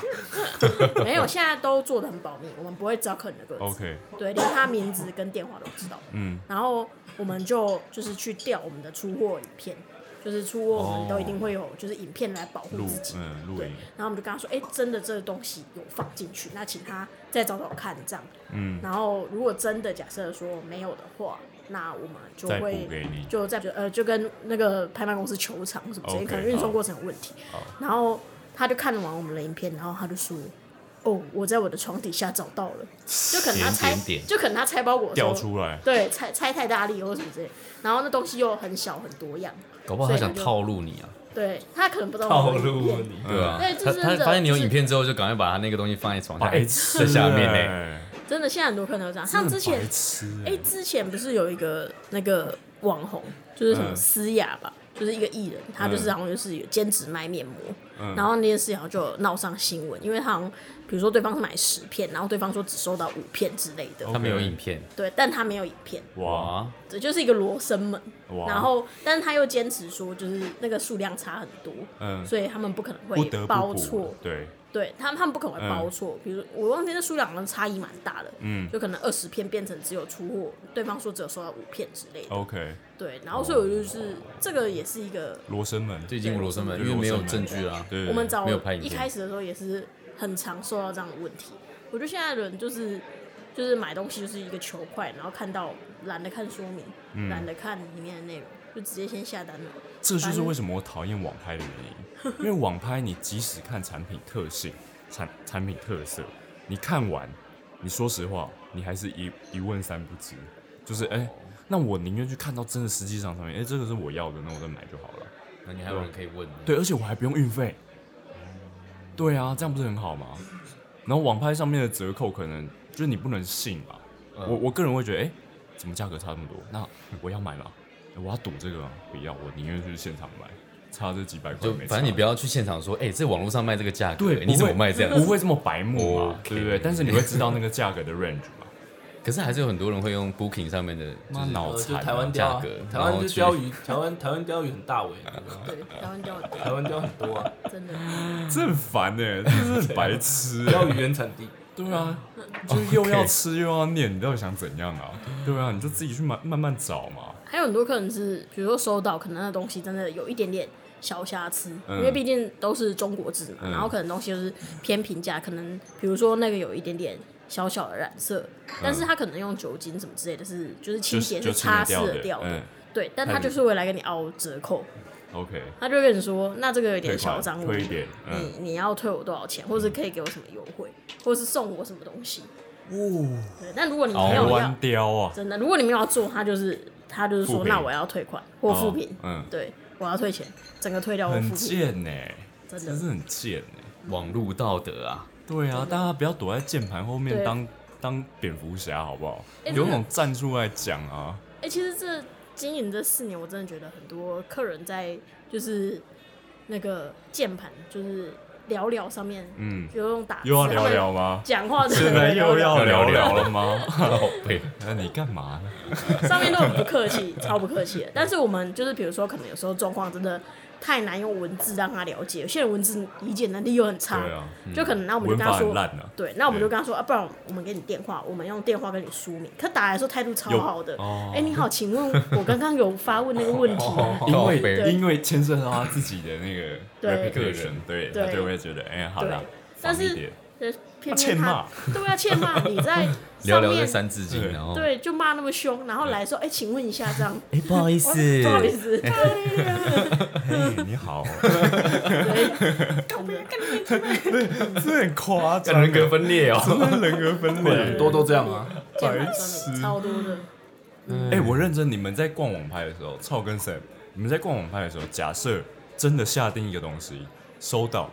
D: 没有，现在都做的很保密，我们不会知道客人的个子
F: OK
D: 对，连他名字跟电话都知道。
F: 嗯，
D: 然后我们就就是去调我们的出货影片，就是出货我们都一定会有就是影片来保护
F: 录
D: 自己。
F: 嗯录
D: 对
F: 影，，
D: 然后我们就跟他说，哎、真的这个东西有放进去，那请他再找找看，这样。嗯。然后如果真的假设说没有的话，那我们就
F: 再补
D: 会
F: 给你
D: 就再呃就跟那个拍卖公司求偿什么之类
F: OK，
D: 可能运送过程有问题。然后他就看完我们的影片，然后他就说。哦，我在我的床底下找到了，就可能他拆，
B: 点点点
D: 就可能他拆包裹的时候
F: 掉出来，
D: 对，拆拆太大力或什么之类，然后那东西又很小很多样，
B: 搞不好他
D: 所以
B: 想
D: 他就
B: 套路你啊。
D: 对他可能不知道
E: 套
D: 我们的影
E: 路哦
D: 片
E: 你，
B: 对啊
D: 对，就
B: 他
D: 是
B: 他
D: 这
B: 发现你有
D: 就是
B: 影片之后，就赶快把他那个东西放在床上，
F: 白痴
B: 在下面呢。
F: 呢，
D: 真的，现在很多客人都这样。像之前
F: 白，痴
D: 哎、
F: 欸，
D: 之前不是有一个那个网红，就是
F: 嗯
D: 什么思雅吧，就是一个艺人，他就是好像就是有兼职卖面膜，
F: 嗯
D: 然后那件事好像就有闹上新闻，因为他好像比如说对方是买十片，然后对方说只收到五片之类的，
F: 哦
B: 他没有影片，
D: 对，但他没有影片，
F: 哇
B: 哇，
D: 这就是一个罗生门。
F: 哇，
D: 然后，但是他又坚持说，就是那个数量差很多，
F: 嗯
D: 所以他们不可能
F: 不
D: 会
F: 得
D: 包
F: 不
D: 错
F: 补，，啊对，
D: 对他们，他们不可能
B: 嗯
D: 会包错。比如我忘记那数量好像差异蛮大的，
F: 嗯
D: 就可能二十片变成只有出货，对方说只有收到五片之类的，
B: 哦
F: ，OK，
D: 对。然后所以我就是、这个也是一个，
F: 罗生门，
B: 这已经罗生门，因为没有证据啊。
F: 对，
D: 我们早
B: 没有拍影
D: 一
B: 片
D: 开始的时候也是很常受到这样的问题。我觉得现在的人就是就是买东西就是一个求快，然后看到懒得看说明，
B: 嗯
D: 懒得看里面的内容，就直接先下单了。
F: 这就是为什么我讨厌网拍的原因，因为网拍你即使看产品特性、产产品特色，你看完你说实话，你还是一一问三不知，就是哎、那我宁愿去看到真的实际上上面，哎、这个是我要的，那我再买就好了。
B: 那你还有人可以问你，
F: 对，而且我还不用运费。对啊，这样不是很好吗？然后网拍上面的折扣可能就是你不能信吧。
B: 嗯
F: 我我个人会觉得，哎、怎么价格差这么多？那我要买吗？我要赌这个吗？啊不要，我宁愿去现场买，差这几百块
B: 就
F: 没差。
B: 反正你不要去现场说，哎，这网络上卖这个价格，哎
F: 对，
B: 你
F: 不
B: 怎
F: 会
B: 么卖这样
F: 不
B: 子？
F: 会这么白目嘛
B: OK
F: 对不对？但是你会知道那个价格的 range 嘛？
B: 可是还是有很多人会用 Booking 上面的，就
F: 妈
B: 是
F: 脑
E: 呃就
F: 残啊
E: 台湾钓啊
B: 价格，
E: 台
B: 然
E: 湾
B: 后
E: 就
B: 去
E: 钓鱼，台湾台湾钓鱼很大尾，你知道吗
D: 对，台湾钓
E: 台湾钓很多啊，
D: 真的，
F: 这很烦哎、欸，这是很白 痴、欸。
E: 钓鱼原产地。
F: 对啊，就是又要吃又要念，你到底想怎样啊？对啊，你就自己去慢慢慢找嘛。
D: 还有很多客人是，比如说收到，可能那东西真的有一点点小瑕疵，
F: 嗯
D: 因为毕竟都是中国制嘛，然后可能东西就是偏平价，可能比如说那个有一点点小小的染色，但是他可能用酒精什么之类的是，就是清
F: 嗯就是
D: 洁
F: 就是清得
D: 擦拭
F: 掉
D: 得
F: 的
D: 掉的
F: 嗯，
D: 对，但他
F: 看你
D: 就是会来给你凹折扣，
F: OK，
D: 他就会跟你说，那这个有
F: 退
D: 点
F: 款
D: 小脏，我
F: 退一点，嗯，
D: 你你要退我多少钱，或者是可以给我什么优惠，或者是送我什么东西，对，但如果你没
F: 哦台
D: 有
F: 湾
D: 要，
F: 雕啊，
D: 真的，如果你没有要做，他就是他就是
F: 复
D: 说，
F: 评
D: 那我要退款或复评，
F: 嗯
D: 对，我要退钱，整个退掉或
F: 很
D: 复评，
F: 贱呢、
D: 真
F: 真是
D: 的。
F: 很贱哎、
B: 网络道德啊，
F: 对啊，大家不要躲在键盘后面
D: 对
F: 当当蝙蝠侠好不好？
D: 哎
F: 有
D: 真的
F: 种站出来讲啊！
D: 哎、其实这经营这四年，我真的觉得很多客人在就是那个键盘，就是聊聊上面，
F: 嗯，
D: 就用打字
F: 又要聊聊吗？
D: 讲话的
F: 现在又要
B: 聊
F: 聊
B: 聊
F: 聊了吗？
B: 靠背
F: 那你干嘛呢？
D: 上面都很不客气，超不客气的。但是我们就是比如说，可能有时候状况真的太难用文字让他了解，有些人文字理解能力又很差，
F: 对啊
D: 就可能那我们就
F: 文
D: 跟他
F: 法
D: 说
F: 很，烂啊，
D: 对，那我们就
F: 对
D: 跟他说啊，不然我们给你电话，我们用电话跟你说明。可打来的时候态度超好的，哎、你好，请问我刚刚有发问那个问题吗？
F: 因
B: 靠
F: 为
B: 背
F: 因为牵涉到他自己的那个
D: 对
F: reputation，对，
D: 对
F: 他就会觉得哎，好了
D: 对，但
F: 防一
D: 是
F: 点
D: 呃
F: 他
D: 偏
F: 欠
D: 偏
F: 骂
D: 他，对啊，欠骂你在
B: 聊聊
D: 上
B: 这
D: 面
B: 三字经，
F: 对
B: 然后
D: 对就骂那么凶，然后来说，哎、请问一下这样，
B: 哎，不好意思，
D: 不好意思，
F: 嘿，嗯你好，这很夸张，啊
B: 人格分裂哦，
F: 真的人格分
E: 会很
F: 裂。
E: 多都这样啊，
D: 键盘
F: 痴
D: 上面超多的，
F: 哎，我认真，你们在逛网拍的时候，超跟 Sam，你们在逛网拍的时候，假设真的下定一个东西，收到，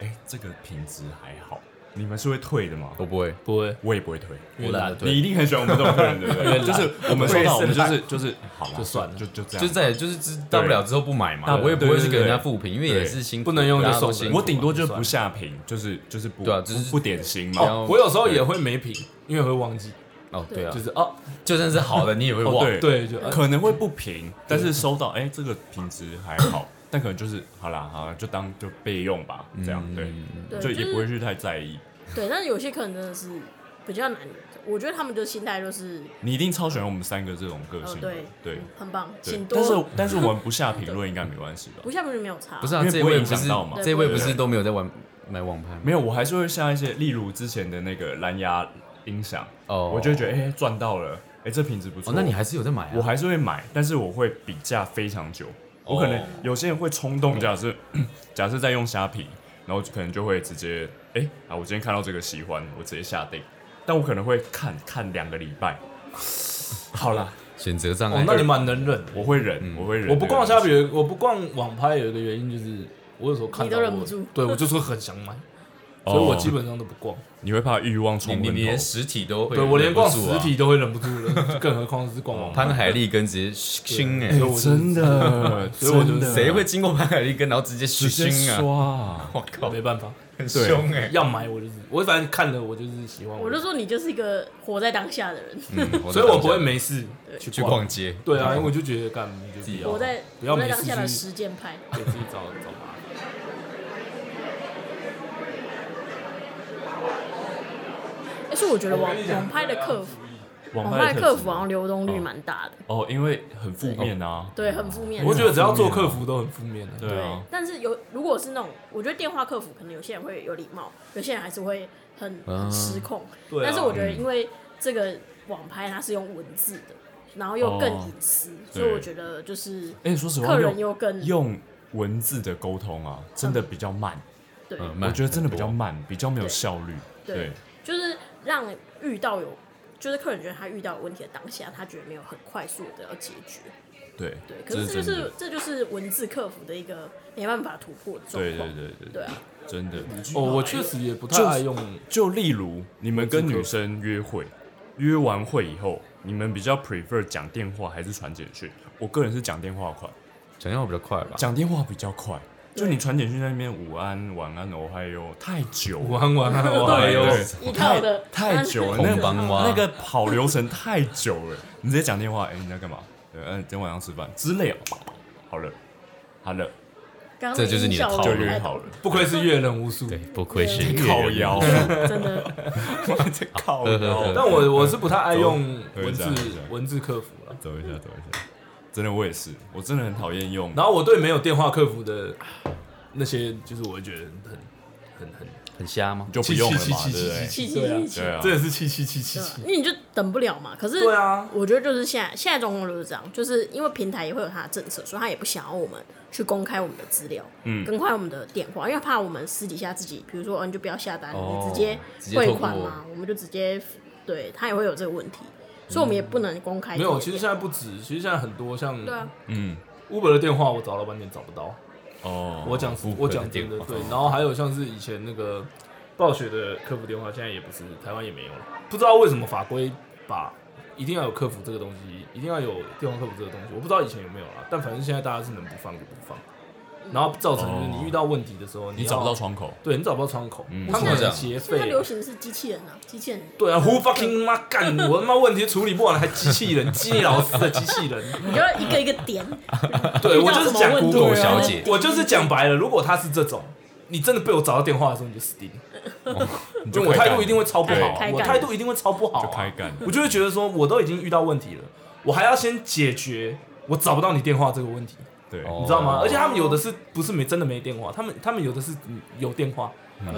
F: 哎，这个品质还好，你们是会退的吗？
B: 我不会，
E: 不会，
F: 我也不会退，
E: 我懒得退
F: 你一定很喜欢我们这种客人，对不对？就是我们收到，我
E: 我也
F: 们
E: 是
F: 就
E: 懒
F: 是就是好啦
E: 就算了
F: 就就这样，
B: 就在就是知大不了之后不买嘛，
F: 对
B: 我也不会去给人家
F: 对对对
B: 复评，因为也是辛苦，
E: 不能用就
B: 大家都
E: 送
B: 辛苦
F: 啊我
B: 嘛
F: 顶多就是不下评，就是就是不
B: 对啊就是
F: 不不点心
B: 不
F: 嘛。
B: 要
E: 哦我有时候也会没品，因为会忘记，
B: 哦，对啊，
E: 就
B: 就是
E: 是哦，
B: 就算是好的你也会
F: 哦
B: 忘，
F: 对
E: 对，就啊
F: 可能会不评，但是收到哎这个品质还 好，但可能就是好啦好啦，就当就备用吧，
B: 嗯
F: 这样对，
D: 对，
F: 就也
D: 是
F: 不会去太在意。
D: 对，但是有些客人真的是比较难，我觉得他们的心态就是，
F: 你一定超喜欢我们三个这种个
D: 呃，
F: 性的
D: 对，，
F: 对
D: 嗯很棒，
F: 对
D: 请。
F: 但是
D: 多，
F: 但是我们不下评论应该没关系吧
D: 不？下面就没有差，
B: 不是啊，
F: 因为
B: 这
F: 不会
B: 位
F: 影
B: 不
F: 响
B: 是
F: 到嘛
B: 这位
D: 对
B: 不
D: 对
B: 是
D: 对
B: 都没有在玩买网拍吗？
F: 没有，我还是会下一些，例如之前的那个蓝牙音响，
B: 哦
F: 我就会觉得哎赚到了，哎这品质不错
B: 哦，。那你还是有在买啊？
F: 我还是会买，但是我会比价非常久。我可能
B: 哦
F: 有些人会冲动，假设假设在用虾皮，然后就可能就会直接，哎、啊，我今天看到这个喜欢，我直接下定。但我可能会看看两个礼拜。好啦，
B: 选择障
E: 哦
B: 碍，，
E: 那你蛮能忍的。
F: 我会忍，我会忍。
E: 我不逛虾皮，有一个我不逛网拍有一个原因就是，我有时候看到
D: 你都忍不
E: 我
D: 住
E: 对我就是会很想买，
F: 哦
E: 所以我基本上都不逛，
F: 你会怕欲望
B: 你
F: 冲
B: 你
F: 昏
B: 你
F: 头
B: 连。实体都会
E: 对我连
B: 忍不
E: 逛实
B: 住啊哦
E: 体都会忍不住了，更何况是逛网拍。
B: 潘海利根直接熏哎
E: 对，所以我就是
F: 真 的，
E: 所以我就
F: 真的
B: 谁会经过潘海利根啊然后直接熏
F: 直接
B: 熏 啊？
F: 刷啊？
B: 我靠，
E: 没办法，
B: 很凶哎！
E: 要买我就是，我反正看了我就是喜欢，
D: 我就说你就是一个活在当下的人，
B: 嗯
E: 所以我不会没事
B: 去逛街。
E: 对啊，因为我就觉得干你就不要
D: 活在
E: 不要
D: 活在
E: 啊没
D: 当
E: 事
D: 下的
E: 去
D: 实践派。
E: 给自己找找麻烦。
D: 而且我觉得网网拍的
E: 啊
D: 客服，
F: 网
D: 网拍的客服啊
F: 服
D: 好像流动率蛮大的，
F: 哦，因为很负面啊。
D: 对，很负 面。
E: 我觉得只要做客服都很负面的，
F: 对
D: 对
F: 啊，，
D: 但是有如果是那种，我觉得电话客服可能有些人会有礼貌，有些人还是会很很失控。
E: 对啊
D: 但是我觉得因为这个网拍它是用文字的，然后又更隐私，所以
F: 对
D: 我觉得就是
F: 哎，说实话，
D: 客人
F: 用
D: 又更
F: 用文字的沟通啊，真的比较慢。
D: 嗯对，
B: 嗯
F: 我觉得真的比
B: 慢很
F: 较
B: 多
F: 慢，比较没有效率。
D: 对，就是让遇到有，就是客人觉得他遇到有问题的当下，他觉得没有很快速的要解决。
F: 对
D: 对，可
F: 这
D: 是这就
F: 真的
D: 是，这就是文字客服的一个没办法突破的状
F: 对
D: 况。
F: 对对对
D: 对啊，
F: 真的。
E: 哦，我确实也不太爱用，
F: 就例如你们跟女生约会，约完会以后，你们比较 prefer 讲电话还是传简讯？我个人是讲电话快，
B: 讲电话比较快吧？
F: 讲电话比较快。就你传简讯在那边午安、晚安、哦嗨哟，太久了，
E: 玩啊玩玩玩哟，
F: 对
D: 一套的
F: 哎太太久了，
B: 空
F: 那
B: 帮
F: 个
B: 哇
F: 那个跑流程太久了。你直接讲电话，哎、你在干嘛？对，嗯、今天晚上吃饭之类哦。好了，好了，
D: 刚刚
B: 这就是你的
D: 音效
B: 套
D: 我
F: 就
B: 路
D: 不太
F: 约
D: 懂
F: 好了。
E: 不愧是阅人无数。
B: 对，不愧是
D: 对
F: 靠腰，
D: 真的，
F: 这靠
B: 呵呵
F: 腰
B: 呵。
E: 但我我是不太爱用
F: 走
E: 文
F: 对这
E: 字
F: 样这样
E: 文字客服了。
F: 走一下，走一下。真的，我也是，我真的很讨厌用。
E: 然后我对没有电话客服的那些，就是我会觉得很很很，
B: 很瞎吗？
F: 就不用了嘛，
E: 气气气
F: 对不对？
D: 气气
E: 对啊
D: 气气
F: 对。啊，
E: 真的是气气气气
D: 对啊
E: 气
D: 因。为你就等不了嘛。可是，
E: 对啊
D: 我觉得就是现在现在状况就是这样，就是因为平台也会有它的政策，所以他也不想要我们去公开我们的资料，嗯，公开我们的电话，因为怕我们私底下自己，比如说，嗯，你就不要下单，
B: 哦
D: 你直接
B: 直接透
D: 汇
B: 过
D: 款嘛，我们就直接，对他也会有这个问题，所以我们也不能公开
E: 嗯
D: 这
E: 没
D: 个点。
E: 有，其实现在不止，其实现在很多像
D: 对啊，
F: 嗯，
E: Uber 的电话，我找老半天找不到。
F: 哦，
E: 我讲
B: 服务
E: 我
B: 客
E: 讲
B: 的电
E: 真的
B: 话
E: 对，然后还有像是以前那个暴雪的客服电话，现在也不是台湾也没有了，不知道为什么法规把一定要有客服这个东西，一定要有电话客服这个东西，我不知道以前有没有啦，但反正现在大家是能不放就不放，
D: 嗯
E: 然后造成就是你遇到问题的时候，
F: 哦你
E: 要
F: 找不到，窗口，
E: 对你找不到窗口，
F: 嗯
E: 窗口
B: 为什么这
E: 很
B: 样
E: 斜
D: 现在
E: 废
D: 流。行的是机器人啊，机器人
E: 对啊，Who fucking 妈干我他妈问题处理不完，还机器人，机你老师的机器人。
D: 你就要一个一个点，
E: 对
D: 遇
E: 我
D: 到
E: 就是
D: 什么
E: 讲
D: 问题
B: Google
E: 对啊
B: 小姐
E: 我就是讲白了，如果他是这种，你真的被我找到电话的时候，你就死定了。
F: 你
E: 因
F: 就
E: 为我
F: 开干
E: 态度一定会超不好啊，
D: 开开干
E: 我态度一定会超不好啊、
F: 就开干
E: 我就会觉得说，我都已经遇到问题了，我还要先解决我找不到你电话这个问题，
F: 对，
B: 哦
E: 你知道吗？而且他们有的是不是没真的没电话，他们他们有的是嗯有电话，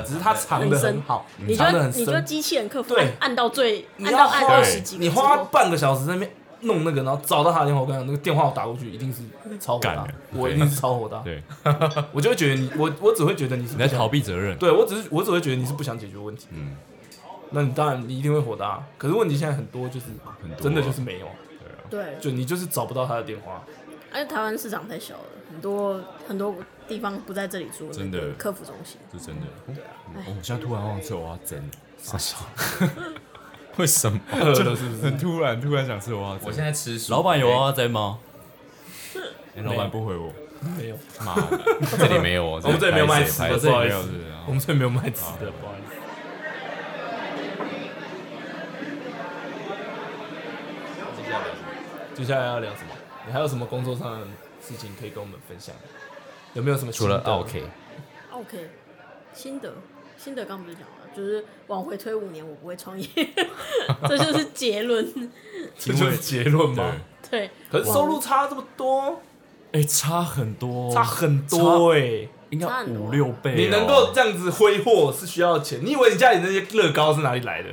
E: 只是他藏的很好，
D: 你就
E: 嗯藏的很
D: 你就
E: 深。
D: 机器人客服
E: 对
D: 按按到最
E: 你
D: 按
E: 要
D: 到按
E: 花
D: 到十几个
E: 你
D: 之后，
E: 花半个小时在那边弄那个，然后找到他的电话，我跟你讲，那个电话我打过去一定是超火
F: 干
E: 大
F: 了，
E: 我一定是超火大，
F: 对，
E: 我就会觉得你我我只会觉得你是
F: 你
E: 不
F: 在
E: 想
F: 逃避责任，
E: 对我只是我只会觉得你是不想解决问题，
F: 嗯，
E: 那你当然你一定会火大，可是问题现在很多就是
F: 很多啊
E: 真的就是没有，
D: 对，
E: 就你就是找不到他的电话，
D: 而且台湾市场太小了，很多很多地方不在这里做
F: 真
D: 那
F: 的
D: 个客服中心。
F: 是真的。哦我现在突然忘记我要蒸，
B: 傻笑， 为什 么？
E: 饿了是不是？
F: 很突然，突然想吃我要
B: 我
F: 蒸
B: 现。啊在吃素
F: 老板有我要蒸吗？哎老
E: 没有
F: 板不回 我，
E: 没有，
F: 妈的，
B: 这里没有哦，
E: 我们这里没有卖吃
B: 拍
E: 的，
B: 谁拍谁
E: 不好意
F: 没有
E: 思
F: 是不是啊，
E: 我们这里没有卖吃的，不好意思。接下来聊什么接下来要聊什么？你还有什么工作上的事情可以跟我们分享？有没有什么
B: 除了啊
E: 心得
B: OK，
D: OK，心得，心得刚不是讲了，就是往回推五年，我不会创业， 这就是结论。
E: 这就是结论嘛？
D: 对，
E: 可是收入差这么多，
F: 哎，差很多，
E: 差很多哎、
F: 应
D: 差
F: 该
D: 很多啊
F: 五六倍哦。
E: 你能够这样子挥霍是需要钱。你以为你家里那些乐高是哪里来的？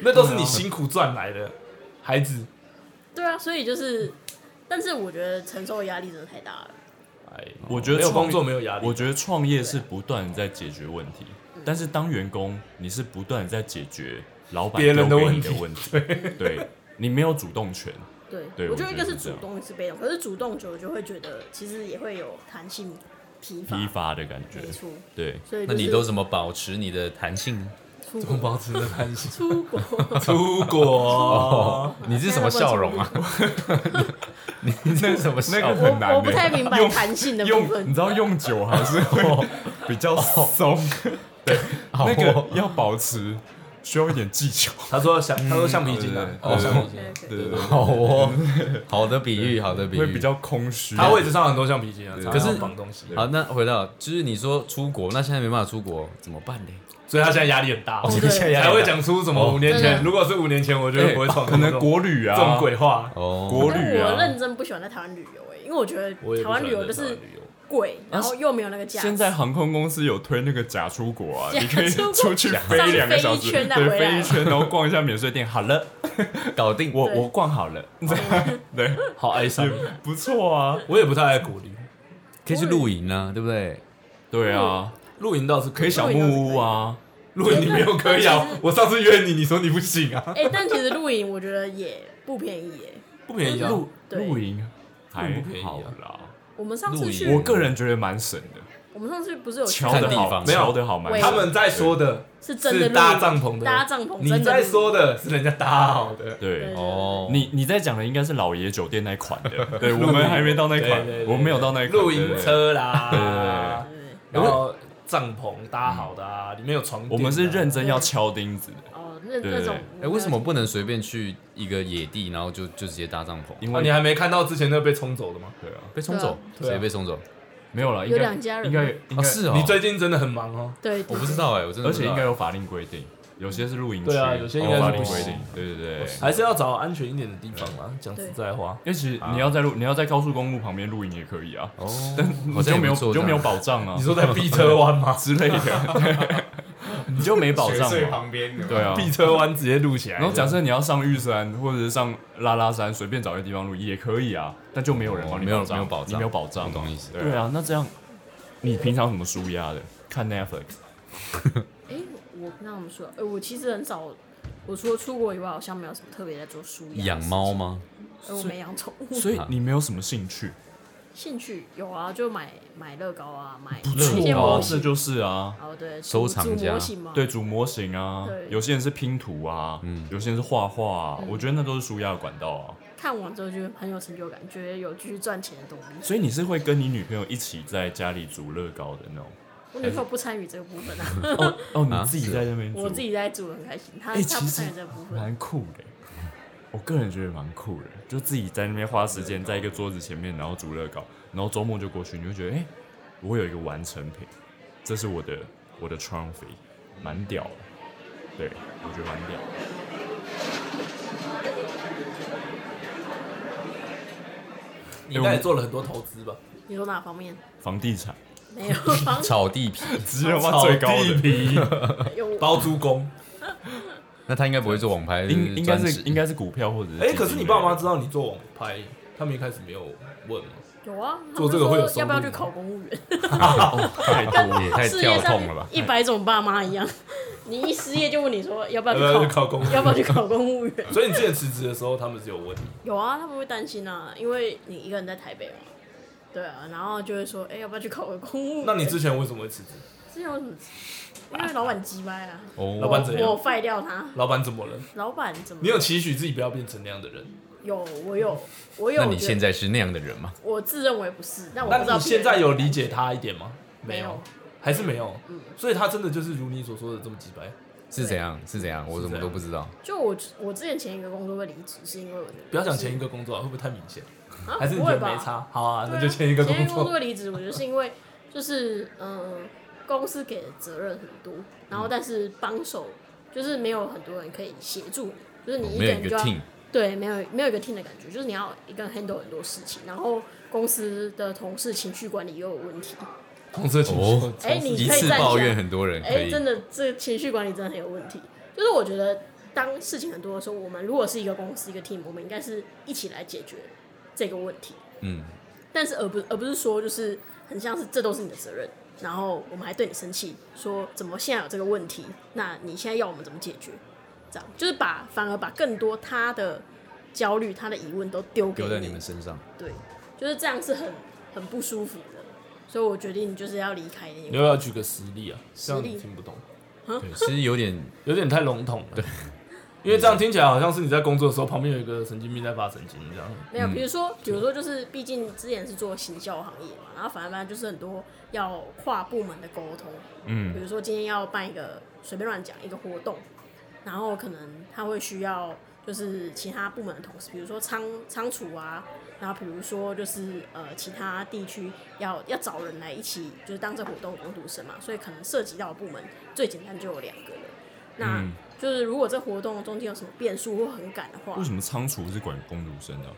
E: 那都是你辛苦赚来的，孩子。
D: 对啊，所以就是，但是我觉得承受的压力真的太大了。
E: 哎，
F: 我觉得
E: 没有
F: 创
E: 工作没有压力
F: 我觉得创业是不断地在解决问题，
D: 嗯
F: 但是当员工你是不断地在解决老板
E: 别人的
F: 丢给你
E: 问题
F: 的问题，对你没有主动权，
D: 对，
F: 对
D: 我觉
F: 我
D: 得一
F: 觉得是
D: 个是
F: 这
D: 主
F: 样
D: 动，一个是被动。可是主动久了就会觉得，其实也会有弹性疲乏，
F: 批发的感觉
D: 没，错。
F: 对，
D: 所以、
B: 那
D: 就是、
B: 你都怎么保持你的弹性呢？
D: 出
E: 怎么
D: 国？
E: 保持着弹性？
D: 出国？
E: 出国，
B: 你是什么笑容 啊？你这是什么笑容？
D: 我我不太明白弹性的部
F: 用
D: 分
F: 你知。道用久还 是会比较松，对，那
B: 哦
F: 个要保持需要一点技巧，
E: 他说橡，他说橡皮筋啊，
F: 对对
E: 哦，橡皮筋。
D: 对
F: 对对对，
B: 好哦，好的比喻，好的比
F: 会
B: 喻，
F: 比较空虚。
E: 他位置上很多橡皮筋啊，
F: 对
E: 常
B: 可
E: 常
B: 是
E: 要绑东西，
B: 好。那回到就是你说出国，那现在没办法出国，怎么办呢？
E: 所以他现在压力很大，哦
D: 哦对现在压力很
E: 才会讲出什么五年
D: 真
E: 前。
D: 的
E: 如果是五年前，我觉得
F: 哎
E: 不会创
F: 可能
E: 这
F: 国旅啊，
E: 种鬼话。
B: 哦，
F: 国
D: 但
F: 旅
D: 我
F: 啊
D: 认，真不喜欢在台湾旅游哎、因为我觉得
E: 我也不
D: 台
E: 喜欢
D: 湾旅游就
E: 在台
D: 是
E: 湾旅游
D: 贵，然后又没有那个价值。
F: 现 在航空公司有推那个假出国啊，
D: 假
F: 你可以
D: 出国
F: 出去飞
D: 上去
F: 两个小
D: 飞
F: 时，
D: 一圈再
F: 对，
D: 回来
F: 飞一圈，然后逛一下免税店。好了，
B: 搞定
F: 我
D: 对哦
F: 我逛好了， 对，
E: 好哀伤
F: 也，不错啊。
E: 我也不太爱国旅，
B: 可以去露营啊，对不对？
F: 对啊，
D: 嗯
E: 露营倒是可
F: 可以
E: 以
F: 小木屋啊，
E: 录影你没有可以啊
D: 但其实，
E: 我上次约你，你说你不行啊，
D: 哎、但其实露营我觉得也不便宜欸耶。
E: 不便宜啊，
F: 露
D: 对
F: 露营还
E: 不便宜啊
F: 好啦，
D: 我们上次
B: 露
D: 去
B: 营
F: 我，个人觉得蛮省的，
D: 我们上次不是有去
F: 瞧
B: 看
F: 的
B: 地
F: 好，
B: 方
F: 没有瞧的好蛮
D: 喂
F: 省
E: 他
F: 的。
E: 们在说的
D: 是真的露营
E: 搭帐篷的，
D: 搭帐篷，
E: 你在说
D: 的
E: 的是人家搭好的，
D: 露营
F: 对
D: 对
B: 哦，
F: 你你在讲的应该是老爷酒店那款的， 对我们还没到那
E: 对
F: 款
E: 对对，
F: 我没有到那款
E: 露营，
F: 对对对
E: 车啦，
D: 对
E: 然后帐篷搭好的啊，里面有床垫啊，
F: 我们是认真要敲钉子的，
D: 哦，那
F: 对
D: 那种
B: 哎、为什么不能随便去一个野地，然后就就直接搭帐篷？
F: 因
E: 啊，你
F: 为
E: 还没看到之前那个被冲走的吗？
F: 对啊，
B: 被冲走？
E: 对啊
B: 谁被冲走？
F: 没有了，应
D: 有
F: 该
D: 两家人
F: 应该
D: 吗
F: 应
B: 啊，
F: 该
B: 是哦，
E: 你最近真的很忙哦。
D: 对，
B: 我
D: 对
B: 不知，道哎、我真的
F: 而
B: 不知
F: 且
B: 道
F: 应该有法令规定，有些是露营区，
E: 对啊有些应该
F: 有
E: 是
F: 法
E: 露
F: 令
E: 营区
F: 规定，对对对。
E: 还是要找安全一点的地方啦。讲实在话，
F: 因为其实你要在路，你要在高速公路旁边露营也可以啊，
B: 啊哦，
F: 你
B: 好
F: 就
B: 像也
F: 没有
B: 不错
F: 你就没有
B: 这样
F: 保障啊
E: 你说在 B 车湾吗？
F: 之类的， 你就没保障嘛。
A: 边的
F: 对啊，
E: B 车湾直接录起来。
F: 然后假设你要上玉山或者是上拉拉山，随便找一个地方录也可以啊，但就没有人帮你
B: 哦没有
F: 障，
B: 没有保嗯
F: 你没有保障
B: 我，懂意思
F: 对啊，那这样你平常怎么舒压的？看 Netflix，
D: 哎、我跟他们说，哎、我其实很少，我除了出国以外，好像没有什么特别在做舒压。
B: 养猫吗？
D: 哎，我没养宠物，
F: 所
B: 啊
F: 以你没有什么兴趣，
D: 兴趣有啊，就买买乐高啊，买
B: 错
D: 一些模
F: 哦，
D: 型
F: 这就是啊，
D: 哦，对，
B: 收藏
D: 组
B: 家
D: 模型嘛，
F: 对，组模型啊
D: 对，嗯
F: 有些人是拼图啊，有些人是画画啊，我觉得那都是舒压的管道啊。
D: 看完之后就很有成就感，觉得有继续赚钱的动力。
F: 所以你是会跟你女朋友一起在家里组乐高的那种？
D: 我女朋友不参与这个部分啊，
F: 哦哦，
B: 啊
F: 你自己在那边组，
D: 我自己在煮得很开心，她
F: 哎
D: 她
F: 其
D: 不
F: 实
D: 参与这个部分。啊
F: 蛮酷的。欸我个人觉得蛮酷的，就自己在那边花时间，在一个桌子前面，然后组乐高，然后周末就过去，你就觉得哎、我有一个完成品，这是我的我的 trophy，蛮屌的。对，我觉得蛮屌的。
E: 你应该也做了很多投资吧？
D: 你说哪方面？
F: 房地产
D: 没有 房
B: 草地皮，
F: 直接挖最高
E: 草地
F: 的，
E: 皮
D: 有
E: 包租公。
B: 那他应该不会做网拍，
F: 应应该是应
B: 该
F: 该是股票或者是基
E: 哎，
F: 金
E: 可是你爸妈
F: 类
E: 知道你做网拍，他们一开始没有问吗？
D: 有啊，他
E: 做
D: 们
E: 这个会有
D: 说要不
E: 收入
D: 要去
E: 吗
D: 考公务员？
B: 太多也 太
D: 世
B: 跳
D: 界
B: 痛了吧
D: 上？一百种爸妈一样， 你一失业就问你说要不要
E: 要不要
D: 去
E: 去考公务员
D: 要不要去考公务员？
E: 所以你之前辞职的时候，他们是有问你。
D: 有啊，他们会担心啊，因为你一个人在台北嘛，对啊，然后就会说，哎、要不要去考个公务员？
E: 那你之前为什么会辞职？
D: 之前为什么？因为老板鸡掰啊，
E: 老
B: 哦，
E: 板怎
D: 我
E: 样？
D: 废掉他。
E: 老板怎么了？
D: 老板怎么
E: 你？有期许自己不要变成那样的人？
D: 有 我有我有。
B: 那你现在是那样的人吗？
D: 我自认为不是，但我
E: 那
D: 不知道
E: 你
D: 别人
E: 现在有理解他一点吗？
D: 没有，嗯
E: 还是没有。所以他真的就是如你所说的这么几白，
B: 是怎样？是怎样？我怎么都不知道。
D: 就我我之前前一个工作会离职，是因为我
E: 不要讲前一个工作啊，会不会太明显？
D: 啊
E: 还是你
D: 不
E: 觉
D: 会
E: 得
D: 吧
E: 没差？好啊，
D: 对
E: 那
D: 啊
E: 就签一个
D: 前
E: 工
D: 一个工
E: 作。
D: 作离职，我觉得是因为就是呃，公司给的责任很多，然
B: 嗯
D: 后但是帮手就是没有很多人可以协助你，就是你一
B: 哦
D: 个
B: 没有一
D: 人
B: 个
D: 就要
B: team，
D: 对没有没有一个 team 的感觉，就是你要一个人 handle 很多事情，然后公司的同事情绪管理又有问题，
E: 公司的情
B: 哦
E: 绪，
D: 哎你
B: 一
D: 可以
B: 次
D: 站起
B: 抱
D: 来
B: 怨很多人可
D: 哎，
B: 以，
D: 真的这个情绪管理真的很有问题。就是我觉得当事情很多的时候，我们如果是一个公司一个 team，我们应该是一起来解决这个问题。
B: 嗯，
D: 但是而不而不是说就是很像是这都是你的责任，然后我们还对你生气，说怎么现在有这个问题，那你现在要我们怎么解决？这样就是把反而把更多他的焦虑、他的疑问都丢给
B: 丢在你们身上。
D: 对，就是这样是很很不舒服的，所以我决定就是要离开那
E: 你
D: 个
E: 要不要举个实例啊？这样
D: 实
E: 你
D: 例
E: 听不懂，
B: 对，其实有点
E: 有点太笼统了。对， 因为这样听起来好像是你在工作的时候，旁边有一个神经病在发神经这样。
D: 没有，比如说，比如说，就是毕竟之前是做行销行业嘛，然后反正反正就是很多要跨部门的沟通，嗯，比如说今天要办一个随便乱讲一个活动，然后可能他会需要就是其他部门的同事，比如说仓仓储啊，然后比如说就是呃其他地区要要找人来一起就是当这活动工读生嘛，所以可能涉及到的部门最简单就有两个人，那就是如果这活动中间有什么变数或很赶的话，
F: 为什么仓储是管工读生的啊？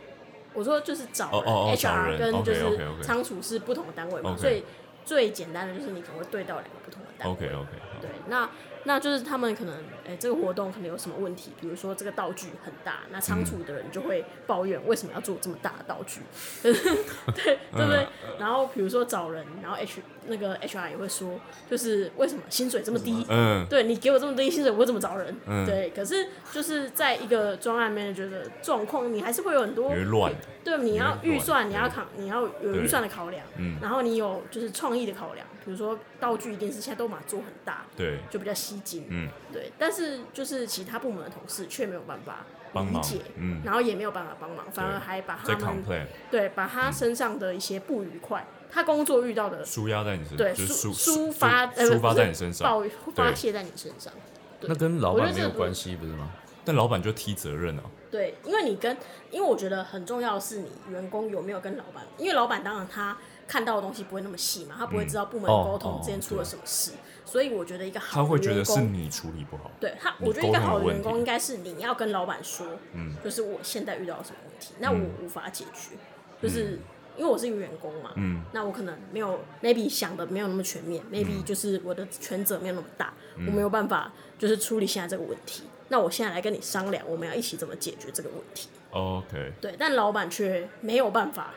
D: 我说就是找
F: 哦哦哦找
D: HR
F: 人
D: 跟就是
F: OK，OK，OK
D: 仓储是不同的单位嘛，
F: OK 哦
D: 所以最简单的就是你可能会对到两个不同的单位。
F: OK OK，
D: 对，那那就是他们可能，哎、这个活动可能有什么问题，比如说这个道具很大，那仓储的人就会抱怨为什么要做这么大的道具， 对对不对？
F: 嗯
D: 然后比如说找人，然后 H 那个 HR 也会说，就是为什么薪水这么低？
F: 嗯，
D: 对你给我这么低薪水，我怎么找人？
F: 嗯
D: 对，可是就是在一个专案 manager 的状况，你还是会有很多
F: 有点乱，
D: 对，你要预算，你要考，你要有
F: 对
D: 预算的考量，
F: 嗯
D: 然后你有就是创意的考量，比如说道具一定是现在都把它做很大，
F: 对，
D: 就比较吸睛，
F: 嗯，
D: 对。但是就是其他部门的同事却没有办法
F: 帮
D: 理
F: 忙
D: 解，
F: 嗯
D: 然后也没有办法帮忙，反而还把
F: 在
D: 他们
F: complain，嗯
D: 对把他身上的一些不愉快，他工作遇到的
F: 舒压在你身，
D: 对
F: 就是
D: 抒
F: 抒
D: 抒发呃
F: 抒发
D: 不是
F: 在你身上，
D: 抱发泄在你身上，
B: 那跟老
D: 我觉得
B: 板
D: 这
B: 没有
D: 个
B: 关系，不是吗？
F: 但老板就踢责任啊，
D: 对，因为你跟，因为我觉得很重要的是你员工有没有跟老板，因为老板当然他看到的东西不会那么细嘛，他不会
F: 嗯
D: 知道部门
B: 哦
D: 沟通
B: 哦
D: 之间出了
B: 对
D: 什么事，所以我觉得一个好
F: 他
D: 的
F: 会觉
D: 员
F: 得是
D: 工
F: 你处理不好，
D: 对他，
F: 你
D: 我觉得
F: 沟
D: 一个
F: 通有
D: 好的
F: 问
D: 员
F: 题啊
D: 工应该是你要跟老板说，
F: 嗯
D: 就是我现在遇到什么问题，那我无法解决，就是、因为我是一个员工嘛，
F: 嗯
D: 那我可能没有 maybe 想的没有那么全面，maybe 就是我的权责没有那么大，
F: 嗯
D: 我没有办法就是处理现在这个问题，那我现在来跟你商量，我们要一起怎么解决这个问题。
F: ，OK，
D: 对，但老板却没有办法，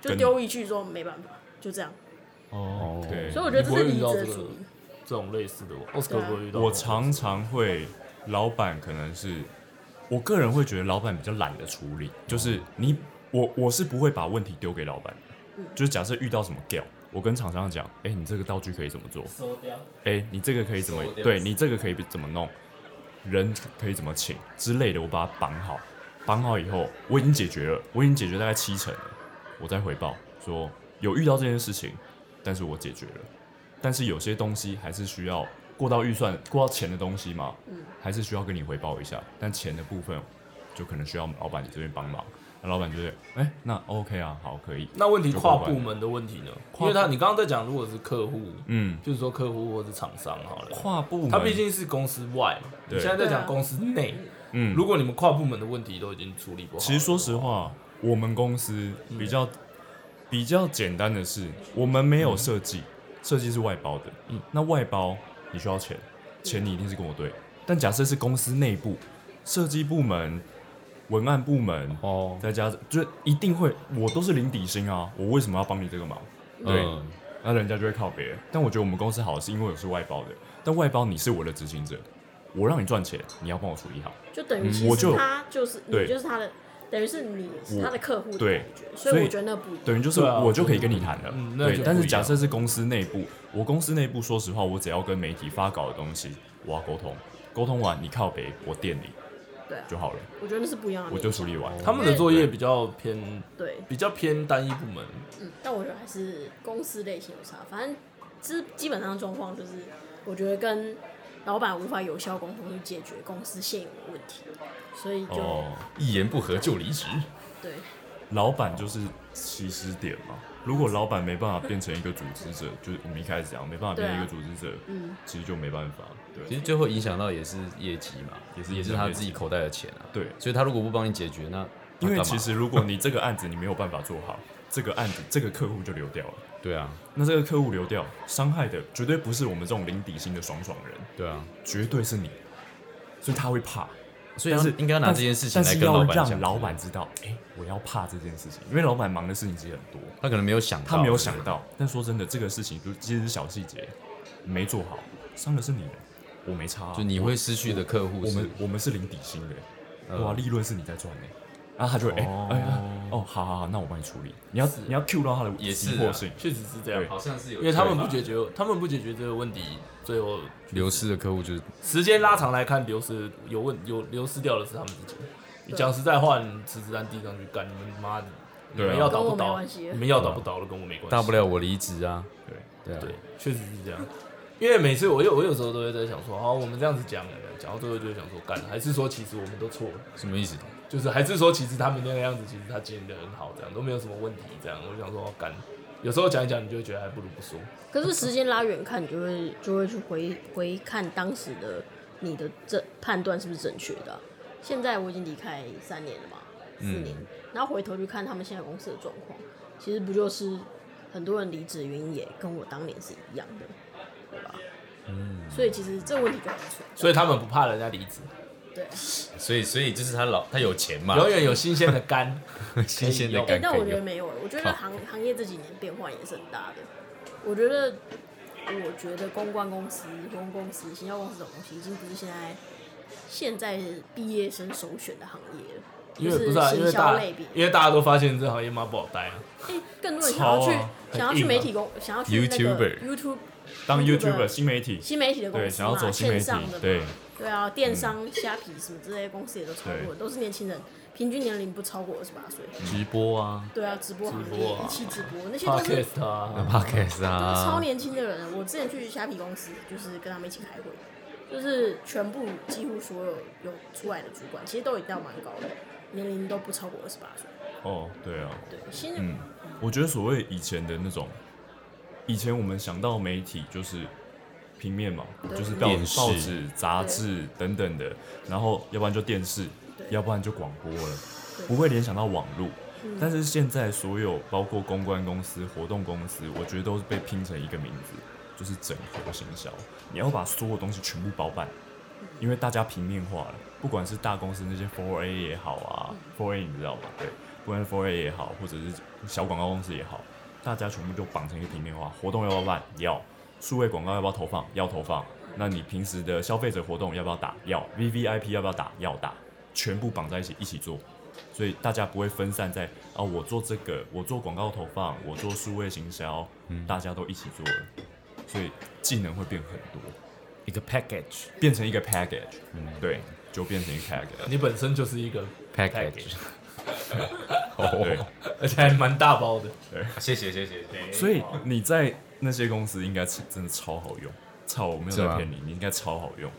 D: 就
F: 跟
D: 丢一句说没办法，就这样。
F: 哦
B: 对
D: 所以我觉得这是离职
E: 你
D: 的
E: 不会遇到这
D: 主
E: 个
D: 因。
E: 这种类似的，奥斯卡不会遇到。
F: 我常常会，老板可能是，我个人会觉得老板比较懒的处
E: 哦
F: 理，就是你我我是不会把问题丢给老板，就是假设遇到什么 g a l 我跟厂商讲，哎、你这个道具可以怎么做？
G: 收掉。
F: 哎、你这个可以怎么
G: 收？掉
F: 对你这个可以怎么弄？人可以怎么请之类的，我把它绑好，绑好以后，我已经解决了，我已经解决大概七成了，我再回报说有遇到这件事情，但是我解决了，但是有些东西还是需要过到预算、过到钱的东西嘛，
E: 嗯
F: 还是需要跟你回报一下，但钱的部分就可能需要老板你这边帮忙，那老板就会，哎、那 OK 啊，好，可以，
E: 那问题跨部门的问题呢？因为他你刚刚在讲，如果是客户，
F: 嗯，
E: 就是说客户或是厂商好了，
F: 跨部门，
E: 他毕竟是公司外嘛。你
F: 对
E: 现在在
D: 对
E: 讲
D: 啊
E: 公司内，
F: 嗯
E: 如果你们跨部门的问题都已经处理不好，
F: 其实说实话，我们公司比较、比较简单的是，我们没有设计，设计是外包的。嗯，那外包你需要钱，钱你一定是跟我对。但假设是公司内部，设计部门、文案部门，
B: 哦，
F: 再加就一定会，我都是零底薪啊，我为什么要帮你这个忙？对，
B: 嗯
F: 那人家就会靠别人。但我觉得我们公司好是因为我是外包的，但外包你是我的执行者，我让你赚钱，你要帮我处理好。
D: 就等于
F: 嗯
D: 其
F: 我
D: 实
F: 就
D: 他就是
F: 对
D: 你，就是他的，等于是你是他的客户的
F: 对
D: 感觉，所
F: 所以
D: 以我觉得那不一样。
F: 等于就是
E: 对啊
F: 我就可以跟你谈了，
E: 嗯那
F: 对
E: 就。
F: 但
E: 不
F: 是
E: 一样
F: 假设是公司内部，我公司内部说实话，我只要跟媒体发稿的东西，我要沟通，沟通完你靠北，我店里
D: 对啊，
F: 就好了，
D: 我觉得那是不一样的
F: 我
D: 面
F: 就
D: 向。
F: 处理完。
E: 他们的作业比较偏
D: 对，
E: 比较偏单一部门，
D: 嗯，但我觉得还是公司类型有差，反正基基本上状况就是，我觉得跟老板无法有效沟通去解决公司现有的问题，所以就、
F: 哦，
B: 一言不合就离职，
D: 对
F: 老板就是起始点嘛。如果老板没办法变成一个组织者，就是我们一开始讲没办法变成一个组织者，
D: 嗯
F: 其实就没办法。
B: 其
F: 对
B: 实最后影响到也是业绩嘛，
F: 也是
B: 也是
F: 业绩
B: 他自己口袋的钱啊。
F: 对，
B: 所以他如果不帮你解决，那
F: 因为
B: 那干嘛
F: 其实如果你这个案子你没有办法做好，这个案子这个客户就流掉了。
B: 对啊，
F: 那这个客户流掉，伤害的绝对不是我们这种零底薪的爽爽人，
B: 对啊，
F: 绝对是你，所以他会怕。
B: 所以要应该要拿这件事情
F: 但
B: 来
F: 是
B: 跟老板
F: 但是要让
B: 讲。
F: 老板知道，哎、我要怕这件事情，因为老板忙的事情其实很多，
B: 他可能没有想到，
F: 他没有想到。但说真的，这个事情就其实是小细节，没做好，伤的是你，我没差啊、
B: 就你会失去的客户
F: 我
B: 是
F: 们我们是零底薪的、
B: 嗯
F: 哇，利润是你在赚的、啊，他就会哎
B: 哦啊
F: 哎呀哦，好好好，那我帮你处理。你要你要 Q 到他的
B: 也是
F: 急
B: 啊
F: 迫性，
E: 确实是这样
F: 对。
B: 好像是有，
E: 因为他们不解决，他们不解决这个问题，最后
B: 流失的客户就是
E: 时间拉长来看，流失有问有流失掉的是他们自己。你讲实在话，你辞职单递上去干，你们妈的，你
F: 对啊
E: 们要倒不
D: 跟我没
E: 倒，
D: 关系
E: 你们要倒不倒了，跟我没关系。
B: 大不了我离职啊，
F: 对。
B: 对啊，
E: 对，确实是这样。因为每次我有我有时候都会在想说，好，我们这样子讲，讲到最后就会想说，干，还是说其实我们都错了，
B: 什么意思？
E: 就是还是说其实他们那个样子，其实他经营的很好，这样都没有什么问题，这样我就想说，干，有时候讲一讲，你就会觉得还不如不说。
D: 可是时间拉远看，你就会就会去回回看当时的你的这判断是不是正确的啊、现在我已经离开三年了嘛，四
E: 嗯
D: 年，然后回头去看他们现在公司的状况，其实不就是很多人离职的原因也跟我当年是一样的，对吧？嗯，所以其实这个问题就很存在。
E: 所以他们不怕人家离职，
D: 对，
B: 所以所以就是他老他有钱嘛，
E: 永远有新鲜的 肝。哎
B: 新鲜的
D: 哎、
B: 感
D: 但我觉得
B: 觉。
D: 没有，我觉得
B: 好
D: 行行业这几年变化也是很大的。我觉得，我觉得公关公司、公关公司、行销公司这种东西，已经不是现在现在毕业生首选的行业了。
E: 因
D: 就
E: 为
D: 是
E: 不是啊，因
D: 行
E: 为
D: 销
E: 大
D: 类别，
E: 因为大家都发现这行业妈不好待啊，
D: 哎，更多人想要去
E: 超啊很
D: 想要去
E: 硬啊
D: 媒体公，想要去那个
B: YouTuber
D: YouTube
F: 当
D: YouTuber
F: YouTuber 新媒体，
D: 新媒体的公司
F: 对，
D: 嘛，
F: 想要走新媒
D: 线
F: 体
D: 上的，嘛
F: 对，
D: 对啊，
E: 嗯
D: 电商、虾皮什么之类的公司也都超
F: 对
D: 多，都是年轻人，平均年龄不超过二十八岁。
B: 直播啊
D: 对啊，直播行
E: 直播
D: 业、
E: 啊
D: 一期直播那些都是
E: ，podcast 啊，
B: ，podcast
D: 都是超
B: 啊，
D: 年轻的人。我之前去虾皮公司，就是跟他们一起开会，就是全部几乎所有有出来的主管，其实都已经到蛮高的，年龄都不超过二十八岁。
F: 哦，对啊，
D: 对，现在、
F: 嗯，我觉得所谓以前的那种，以前我们想到媒体就是平面嘛，
D: 对
F: 就是报
B: 电视
F: 报纸、杂志等等的，然后要不然就电视，
D: 对
F: 要不然就广播了，
D: 对嗯
F: 不会联想到网络。但是现在所有包括公关公司、活动公司，我觉得都是被拼成一个名字，就是整合行销。你要把所有东西全部包办，因为大家平面化了，不管是大公司那些 Four A 也好啊，Four A 你知道吧？对，不管是 Four A 也好，或者是小广告公司也好，大家全部就绑成一个平面化。活动要不要办？要。数位广告要不要投放？要投放。那你平时的消费者活动要不要打？要。V V I P 要不要打？要打。全部绑在一起一起做，所以大家不会分散在啊，我做这个，我做广告投放，我做数位行销，
B: 嗯
F: 大家都一起做了，所以技能会变很多。
B: 一个 package
F: 变成一个 package，嗯，对，就变成一个 package，
E: 你本身就是一个
B: package，
F: 对，
E: 而且还蛮大包的，
B: 谢谢谢谢谢谢。
F: 所以你在那些公司应该是真的超好用，操，我没有
B: 是吗
F: 在骗你，你应该超好用，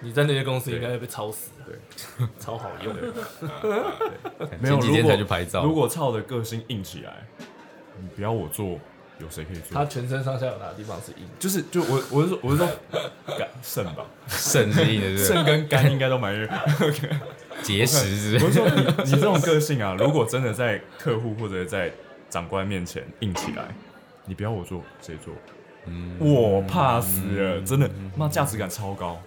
E: 你在那些公司应该会被超死的，
F: 对，
E: 超好用。
F: 没有
B: 前几天才去拍照
F: 如果操的个性硬起来，你不要我做，有谁可以
E: 他
F: 做？
E: 全身上下有哪个地方是硬？
F: 就是就我我是说我是说肝肾吧，
B: 肾是硬的，是
F: 肾
B: 不
F: 跟肝应该都蛮硬。
B: 是结石是不
F: 我
B: 是？
F: 是说你你这种个性啊，如果真的在客户或者在长官面前硬起来，你不要我做，谁做？我怕死了，真的，妈价值感超高，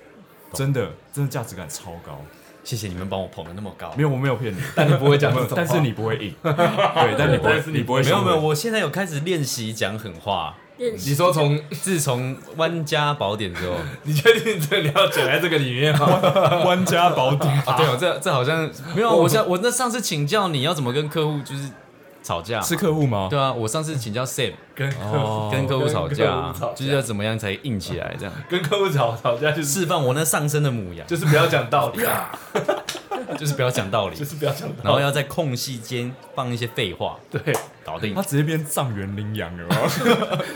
F: 真的真的价值感超高。
B: 谢谢你们帮我捧的那么高。
F: 没有，我没有骗你，
E: 但你不会讲这
F: 没有
E: 种 话
F: 但是你不会硬，对，但你不
E: 但
F: 会
E: 是，你
F: 你不会
B: 没有
F: 想
B: 没有，我现在有开始练习讲狠话。
D: 认识
E: 你说从
B: 自从万家宝典之后，
E: 你确定这个你要卷在这个里面吗？
F: 官家宝典，
B: 啊，对哦，这这好像没有啊。我上我那上次请教你要怎么跟客户就是吵架 嘛，
F: 是客户吗？
B: 对啊，我上次请教 Sam
E: 跟客户
B: 哦跟客户吵架
E: 哦跟客户吵
B: 啊，
E: 架
B: 就是要怎么样才硬起来，这样
E: 跟客户吵吵架就是
B: 释放我那上身的母羊，
E: 就是不要讲道理啊，
B: 就是不要讲道理
E: 就，是不要讲道理。
B: 然后要在空隙间放一些废话，
E: 对，
B: 搞定
F: 他。直接变藏原羚羊了 吗，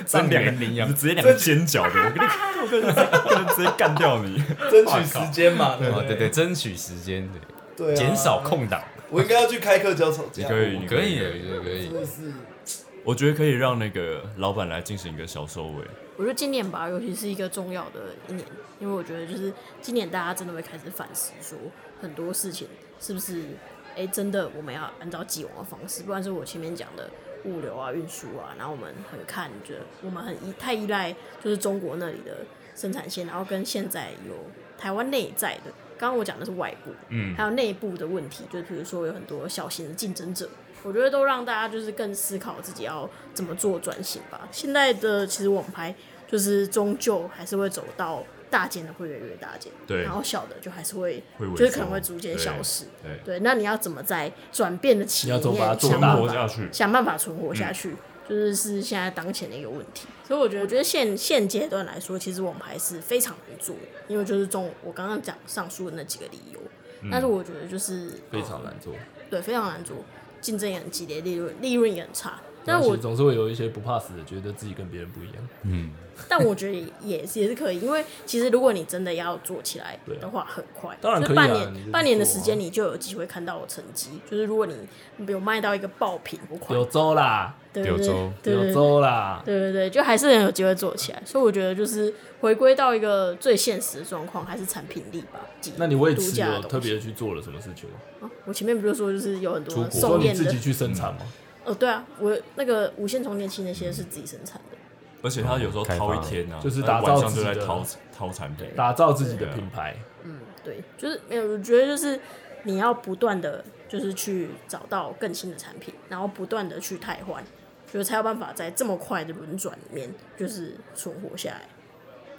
B: 藏
F: 两个
B: 原羚羊
F: 直接两个尖角的，我跟你，我跟你 我跟你直接干掉你。
E: 争取时间嘛，对不
B: 哦，对对，
E: 对
B: 争取时间，对，
G: 对啊，
B: 减少。空档，
G: 我应该要去开课教吵
F: 你
G: 架，
F: 可以，你
B: 可以，我觉得可以
G: 真。的是
F: 我觉得可以让那个老板来进行一个小收尾。
D: 我觉得今年吧，尤其是一个重要的一年，因为我觉得就是今年大家真的会开始反思，说很多事情是不是，哎、真的我们要按照既往的方式，不然是我前面讲的物流啊、运输啊，然后我们很看着我们很依太依赖就是中国那里的生产线，然后跟现在有台湾内在的，刚刚我讲的是外部，嗯，还有内部的问题，就是比如说有很多小型的竞争者，我觉得都让大家就是更思考自己要怎么做转型吧。现在的其实网拍就是终究还是会走到大件的会越来越大件，
F: 对
D: 然后小的就还是会，
F: 会萎
D: 就是
F: 缩
D: 可能会逐渐消失。
F: 对
D: 对，那你要怎么在转变的期
E: 你要怎么把它做
D: 想
E: 大
D: 办
F: 活
D: 法
F: 下去
D: 想办法存活下
E: 嗯
D: 去，就是是现在当前的一个问题。所以我觉得，我觉得现现阶段来说，其实网牌是非常难做的，因为就是中我刚刚讲上述的那几个理由。但是我觉得就是
E: 嗯非常难做。
D: 对，非常难做，竞争也很激烈，利润利润也很差。
E: 但
D: 但我
E: 是总是会有一些不怕死的，觉得自己跟别人不一样。
D: 但我觉得也也是可以，因为其实如果你真的要做起来的话，很快，
E: 当然
D: 就
E: 可以啊你
D: 半
E: 就
D: 年
E: 是
D: 半年的
E: 做啊
D: 时间你就有机会看到我成绩。就是如果你有卖到一个爆品不款，
E: 柳州啦，
D: 对对
B: 柳州
D: 对
E: 柳
D: 对对
E: 州啦，
D: 对对对，就还是很有机会做起来。所以我觉得就是回归到一个最现实的状况，还是产品力吧。及
E: 那你为
D: 独
E: 此
D: 家的
E: 有
D: 东
E: 特别
D: 西、
E: 去做了什么事情吗？
D: 啊我前面不是说就是有很多
B: 国
E: 说
D: 受
E: 你
D: 验
E: 自
D: 的嗯
E: 己去生产吗？
D: 哦，对啊，我那个无线充电器那些是自己生产的，
F: 而且他有时候掏一天呢、啊，
E: 就是
F: 他
E: 打造
F: 晚上
E: 自
F: 就
E: 己
F: 在
E: 的
F: 掏掏产品。
E: 打造自己的品牌。
D: 对，就是没有，我觉得就是你要不断的就是去找到更新的产品，然后不断的去汰换，就是才有办法在这么快的轮转里面就是存活下来。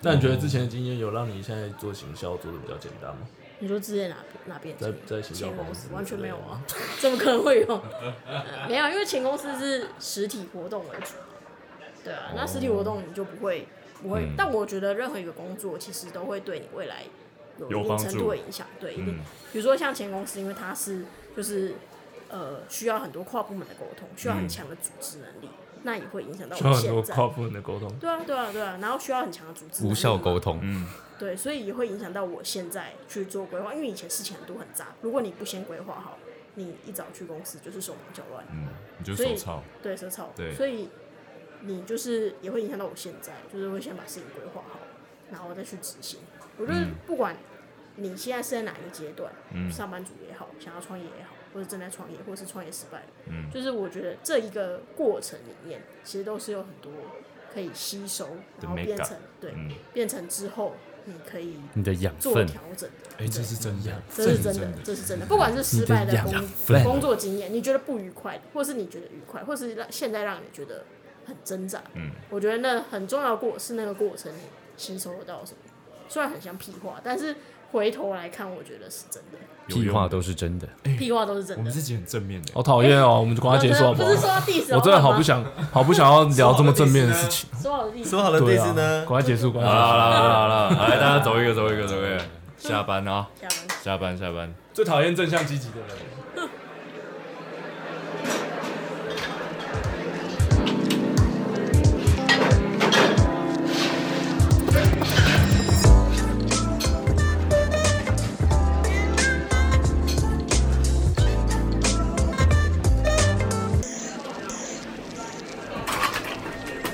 E: 那你觉得之前的经验有让你现在做行销做的比较简单吗？
D: 你说之前哪哪边？
E: 在在行销
D: 前
E: 公
D: 公
E: 司
D: 司完全没有啊，怎么可能会有？ 呃没有，因为前公司是实体活动为主嘛。对啊，那实体活动你就不会不会，但我觉得任何一个工作其实都会对你未来有
F: 有
D: 一定
F: 帮
D: 程
F: 助
D: 度的影响，对，一定。比如说像前公司，因为它是就是呃需要很多跨部门的沟通，需要很强的组织能力，那也会影响到
E: 需
D: 我
E: 要嗯
D: 们
E: 很多
D: 现
E: 跨
D: 在。
E: 部门的沟通。
D: 对啊，对啊，对啊，然后需要很强的组织能力嘛，
B: 无效沟通，
D: 对，所以也会影响到我现在去做规划，因为以前事情很多很杂，如果你不先规划好，你一早去公司就是手忙脚乱，
F: 嗯，你就
D: 所
F: 手
D: 以
F: 抄，
D: 对，舌草，
F: 对
D: 所以你就是也会影响到我现在，就是会先把事情规划好，然后再去执行。我觉
F: 嗯
D: 得不管你现在是在哪一个阶段，上班族也好，想要创业也好，或者正在创业，或是创业失败了，
F: 嗯
D: 就是我觉得这一个过程里面，其实都是有很多可以吸收，
F: 的
D: 然后变
F: mega，
D: 成对、
F: 嗯
D: 变成之后你可以
B: 你的养
D: 做
B: 分，
D: 调整的。
F: 哎、这是真
E: 嗯
F: 的，
D: 这是真的，这是真的。不管是失败的
B: 养
D: 工工作经验，你觉得不愉快的，或是你觉得愉快，或是让现在让你觉得很挣扎，
F: 嗯，
D: 我觉得那很重要的过是那个过程你吸收得到什么。虽然很像屁话，但是回头来看，我觉得是真的，
B: 屁话都是真的。
D: 屁话都是真
F: 我
D: 的
F: 们。自己很正面的，
E: 好讨厌哦，我们就赶快结束好
D: 真
E: 不
D: 的
E: 好
D: 哎啊
E: 啊
D: 不？是说要 diss，
E: 我真的好不
D: 吗，
E: 想，好不想要聊这么正面的事情。
D: 说好的 diss，
G: 说好的
E: 对
G: 对
E: 啊
G: 是，呢
E: 赶？快结束，赶快
F: 好
E: 结
F: 了
E: 束。
F: 好了好了，好了来大家走一个走一个走一个，下班啊，
D: 下班
F: 下班下班，
E: 最讨厌正向积极的人。